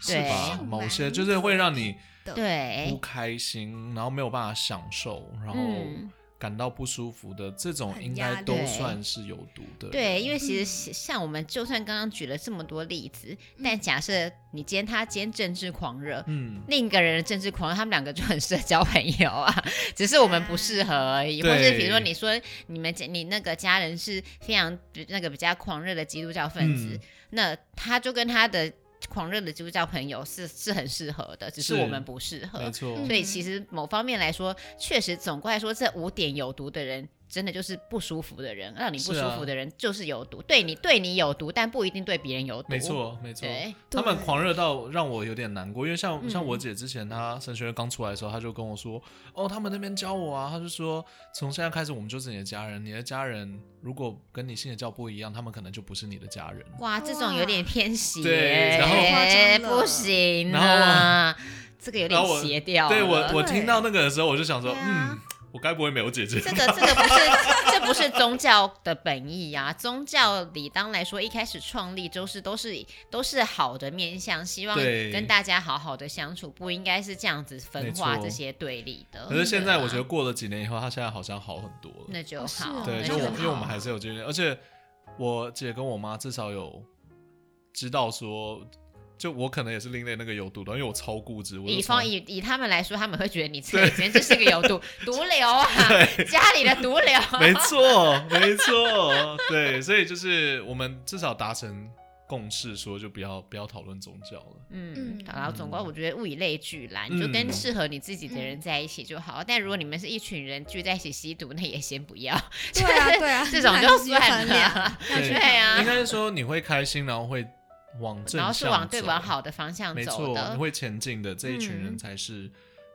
[SPEAKER 3] 是
[SPEAKER 2] 对
[SPEAKER 3] 吧？
[SPEAKER 1] 像
[SPEAKER 3] 某些
[SPEAKER 1] 蛮
[SPEAKER 3] 就是会让你不
[SPEAKER 2] 对，
[SPEAKER 3] 开心，然后没有办法享受，然后
[SPEAKER 2] 嗯，
[SPEAKER 3] 感到不舒服的这种，
[SPEAKER 1] 很
[SPEAKER 3] 应
[SPEAKER 1] 压
[SPEAKER 3] 该
[SPEAKER 1] 力
[SPEAKER 3] 都
[SPEAKER 2] 对
[SPEAKER 3] 算是有毒的人。
[SPEAKER 2] 对，因为其实
[SPEAKER 1] 嗯
[SPEAKER 2] 像像我们就算刚刚举了这么多例子，但假设你今天他今天政治狂热，
[SPEAKER 3] 嗯，
[SPEAKER 2] 另一个人的政治狂热，他们两个就很适合交朋友啊， 只是我们不适合而已。或
[SPEAKER 3] 对
[SPEAKER 2] 是比如说，你说你们家你那个家人是非常那个比较狂热的基督教分子，
[SPEAKER 3] 嗯
[SPEAKER 2] 那他就跟他的狂热的基督教朋友是是很适合的，只是
[SPEAKER 3] 是
[SPEAKER 2] 我们不适合
[SPEAKER 3] 没。错，
[SPEAKER 1] 嗯
[SPEAKER 2] 所以其实某方面来说，确实总归来说，这五点有毒的人。真的就是不舒服的人，让你不
[SPEAKER 3] 是
[SPEAKER 2] 舒
[SPEAKER 3] 啊
[SPEAKER 2] 服的人就是有毒，对你对你有毒，但不一定对别人有毒。
[SPEAKER 3] 没，错，没错。
[SPEAKER 2] 对，
[SPEAKER 1] 对
[SPEAKER 3] 他们狂热到让我有点难过，因为像、
[SPEAKER 2] 嗯
[SPEAKER 3] 像我姐之前她神学院刚出来的时候，她就跟我说，哦，他们那边教我啊，她就说从现在开始我们就是你的家人，你的家人如果跟你信的教不一样，他们可能就不是你的家人。
[SPEAKER 2] 哇，这种有点偏斜，
[SPEAKER 3] 对然后
[SPEAKER 2] 哎
[SPEAKER 1] 夸张了
[SPEAKER 2] 不行
[SPEAKER 3] 然
[SPEAKER 2] 啊，这个有点斜掉了。
[SPEAKER 3] 对我我
[SPEAKER 1] 对
[SPEAKER 3] 听到那个的时候，我就想说，
[SPEAKER 2] 哦对啊
[SPEAKER 3] 嗯，我该不会没有姐姐？
[SPEAKER 2] 这个这个不是 这不是宗教的本意啊，宗教理当来说一开始创立就是都是都是好的面向，希望
[SPEAKER 3] 对
[SPEAKER 2] 跟大家好好的相处，不应该是这样子分化
[SPEAKER 3] 没错
[SPEAKER 2] 这些对立的。
[SPEAKER 3] 可是现在
[SPEAKER 2] 对啊
[SPEAKER 3] 我觉得过了几年以后，她现在好像好很多了。
[SPEAKER 2] 那就
[SPEAKER 1] 哦是
[SPEAKER 2] 好，
[SPEAKER 1] 哦
[SPEAKER 3] 对，
[SPEAKER 2] 那
[SPEAKER 3] 就
[SPEAKER 1] 那
[SPEAKER 3] 我
[SPEAKER 1] 就
[SPEAKER 3] 因为我
[SPEAKER 2] 好
[SPEAKER 3] 们还是有见面，而且我姐跟我妈至少有知道说，就我可能也是另类那个有毒的，因为我超固执，我就
[SPEAKER 2] 以
[SPEAKER 3] 从
[SPEAKER 2] 方以以他们来说，他们会觉得你这个简直是个有毒毒瘤 啊，家里的毒瘤啊。
[SPEAKER 3] 没错没错，对，所以就是我们至少达成共识，说就不要不要讨论宗教了。
[SPEAKER 2] 嗯，
[SPEAKER 1] 嗯
[SPEAKER 2] 然后总归我觉得物以类聚啦，
[SPEAKER 3] 嗯
[SPEAKER 2] 你就跟适合你自己的
[SPEAKER 1] 嗯
[SPEAKER 2] 人在一起就好。但如果你们是一群人聚在一起吸毒，那也先 不要。
[SPEAKER 1] 对啊，对 啊，
[SPEAKER 2] 这种就算
[SPEAKER 1] 了，
[SPEAKER 2] 了。
[SPEAKER 1] 要去
[SPEAKER 2] 对
[SPEAKER 3] 应
[SPEAKER 2] 啊，
[SPEAKER 3] 该是说你会开心，然后会往 正
[SPEAKER 2] 然后是
[SPEAKER 3] 向
[SPEAKER 2] 往对
[SPEAKER 3] 走
[SPEAKER 2] 往，好的方向
[SPEAKER 3] 没
[SPEAKER 2] 走
[SPEAKER 3] 错，你
[SPEAKER 2] 的。
[SPEAKER 3] 会前进的这一群人
[SPEAKER 2] 嗯
[SPEAKER 3] 才是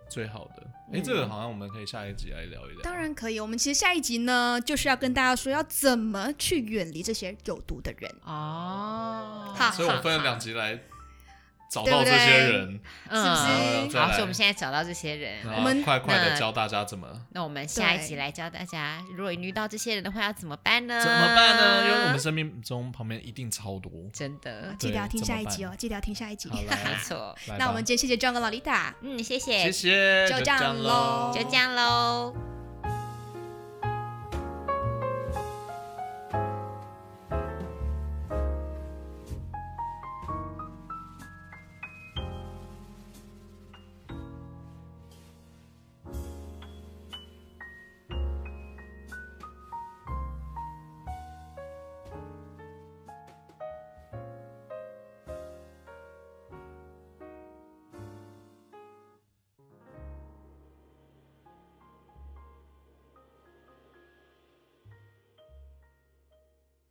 [SPEAKER 3] 最好的。哎、
[SPEAKER 2] 嗯
[SPEAKER 3] 这个好像我们可以下一集来聊一聊。
[SPEAKER 1] 当然可以。我们其实下一集呢，就是要跟大家说要怎么去远离这些有毒的人。
[SPEAKER 2] 哦，
[SPEAKER 1] 好
[SPEAKER 3] 所以我分了两集来找
[SPEAKER 1] 对
[SPEAKER 3] 到
[SPEAKER 1] 不
[SPEAKER 3] 这
[SPEAKER 1] 对
[SPEAKER 3] 些人，
[SPEAKER 1] 是不是
[SPEAKER 2] 嗯好，所以我们
[SPEAKER 3] 再
[SPEAKER 2] 现在找到这些人。
[SPEAKER 3] 然
[SPEAKER 1] 我们
[SPEAKER 3] 后快快
[SPEAKER 2] 那
[SPEAKER 3] 的教大家怎么
[SPEAKER 2] 那我们下一集
[SPEAKER 1] 对
[SPEAKER 2] 来教大家，如果你遇到这些人的话，要怎么办呢？
[SPEAKER 3] 怎么办呢？因为我们生命中旁边一定超多。
[SPEAKER 2] 真 的
[SPEAKER 1] 啊记得要
[SPEAKER 3] 对
[SPEAKER 1] 听
[SPEAKER 3] 怎
[SPEAKER 1] 下
[SPEAKER 3] 么
[SPEAKER 1] 一集
[SPEAKER 3] 办
[SPEAKER 1] 哦，记得要听下一集。
[SPEAKER 3] 好
[SPEAKER 2] 没
[SPEAKER 3] 来
[SPEAKER 2] 错。
[SPEAKER 3] 来
[SPEAKER 1] 那
[SPEAKER 3] 吧
[SPEAKER 1] 我们今天谢谢 John 跟 Lolita，
[SPEAKER 2] 嗯，谢谢，
[SPEAKER 3] 谢谢，
[SPEAKER 1] 就这样
[SPEAKER 3] 喽
[SPEAKER 1] 咯
[SPEAKER 2] 就这样喽。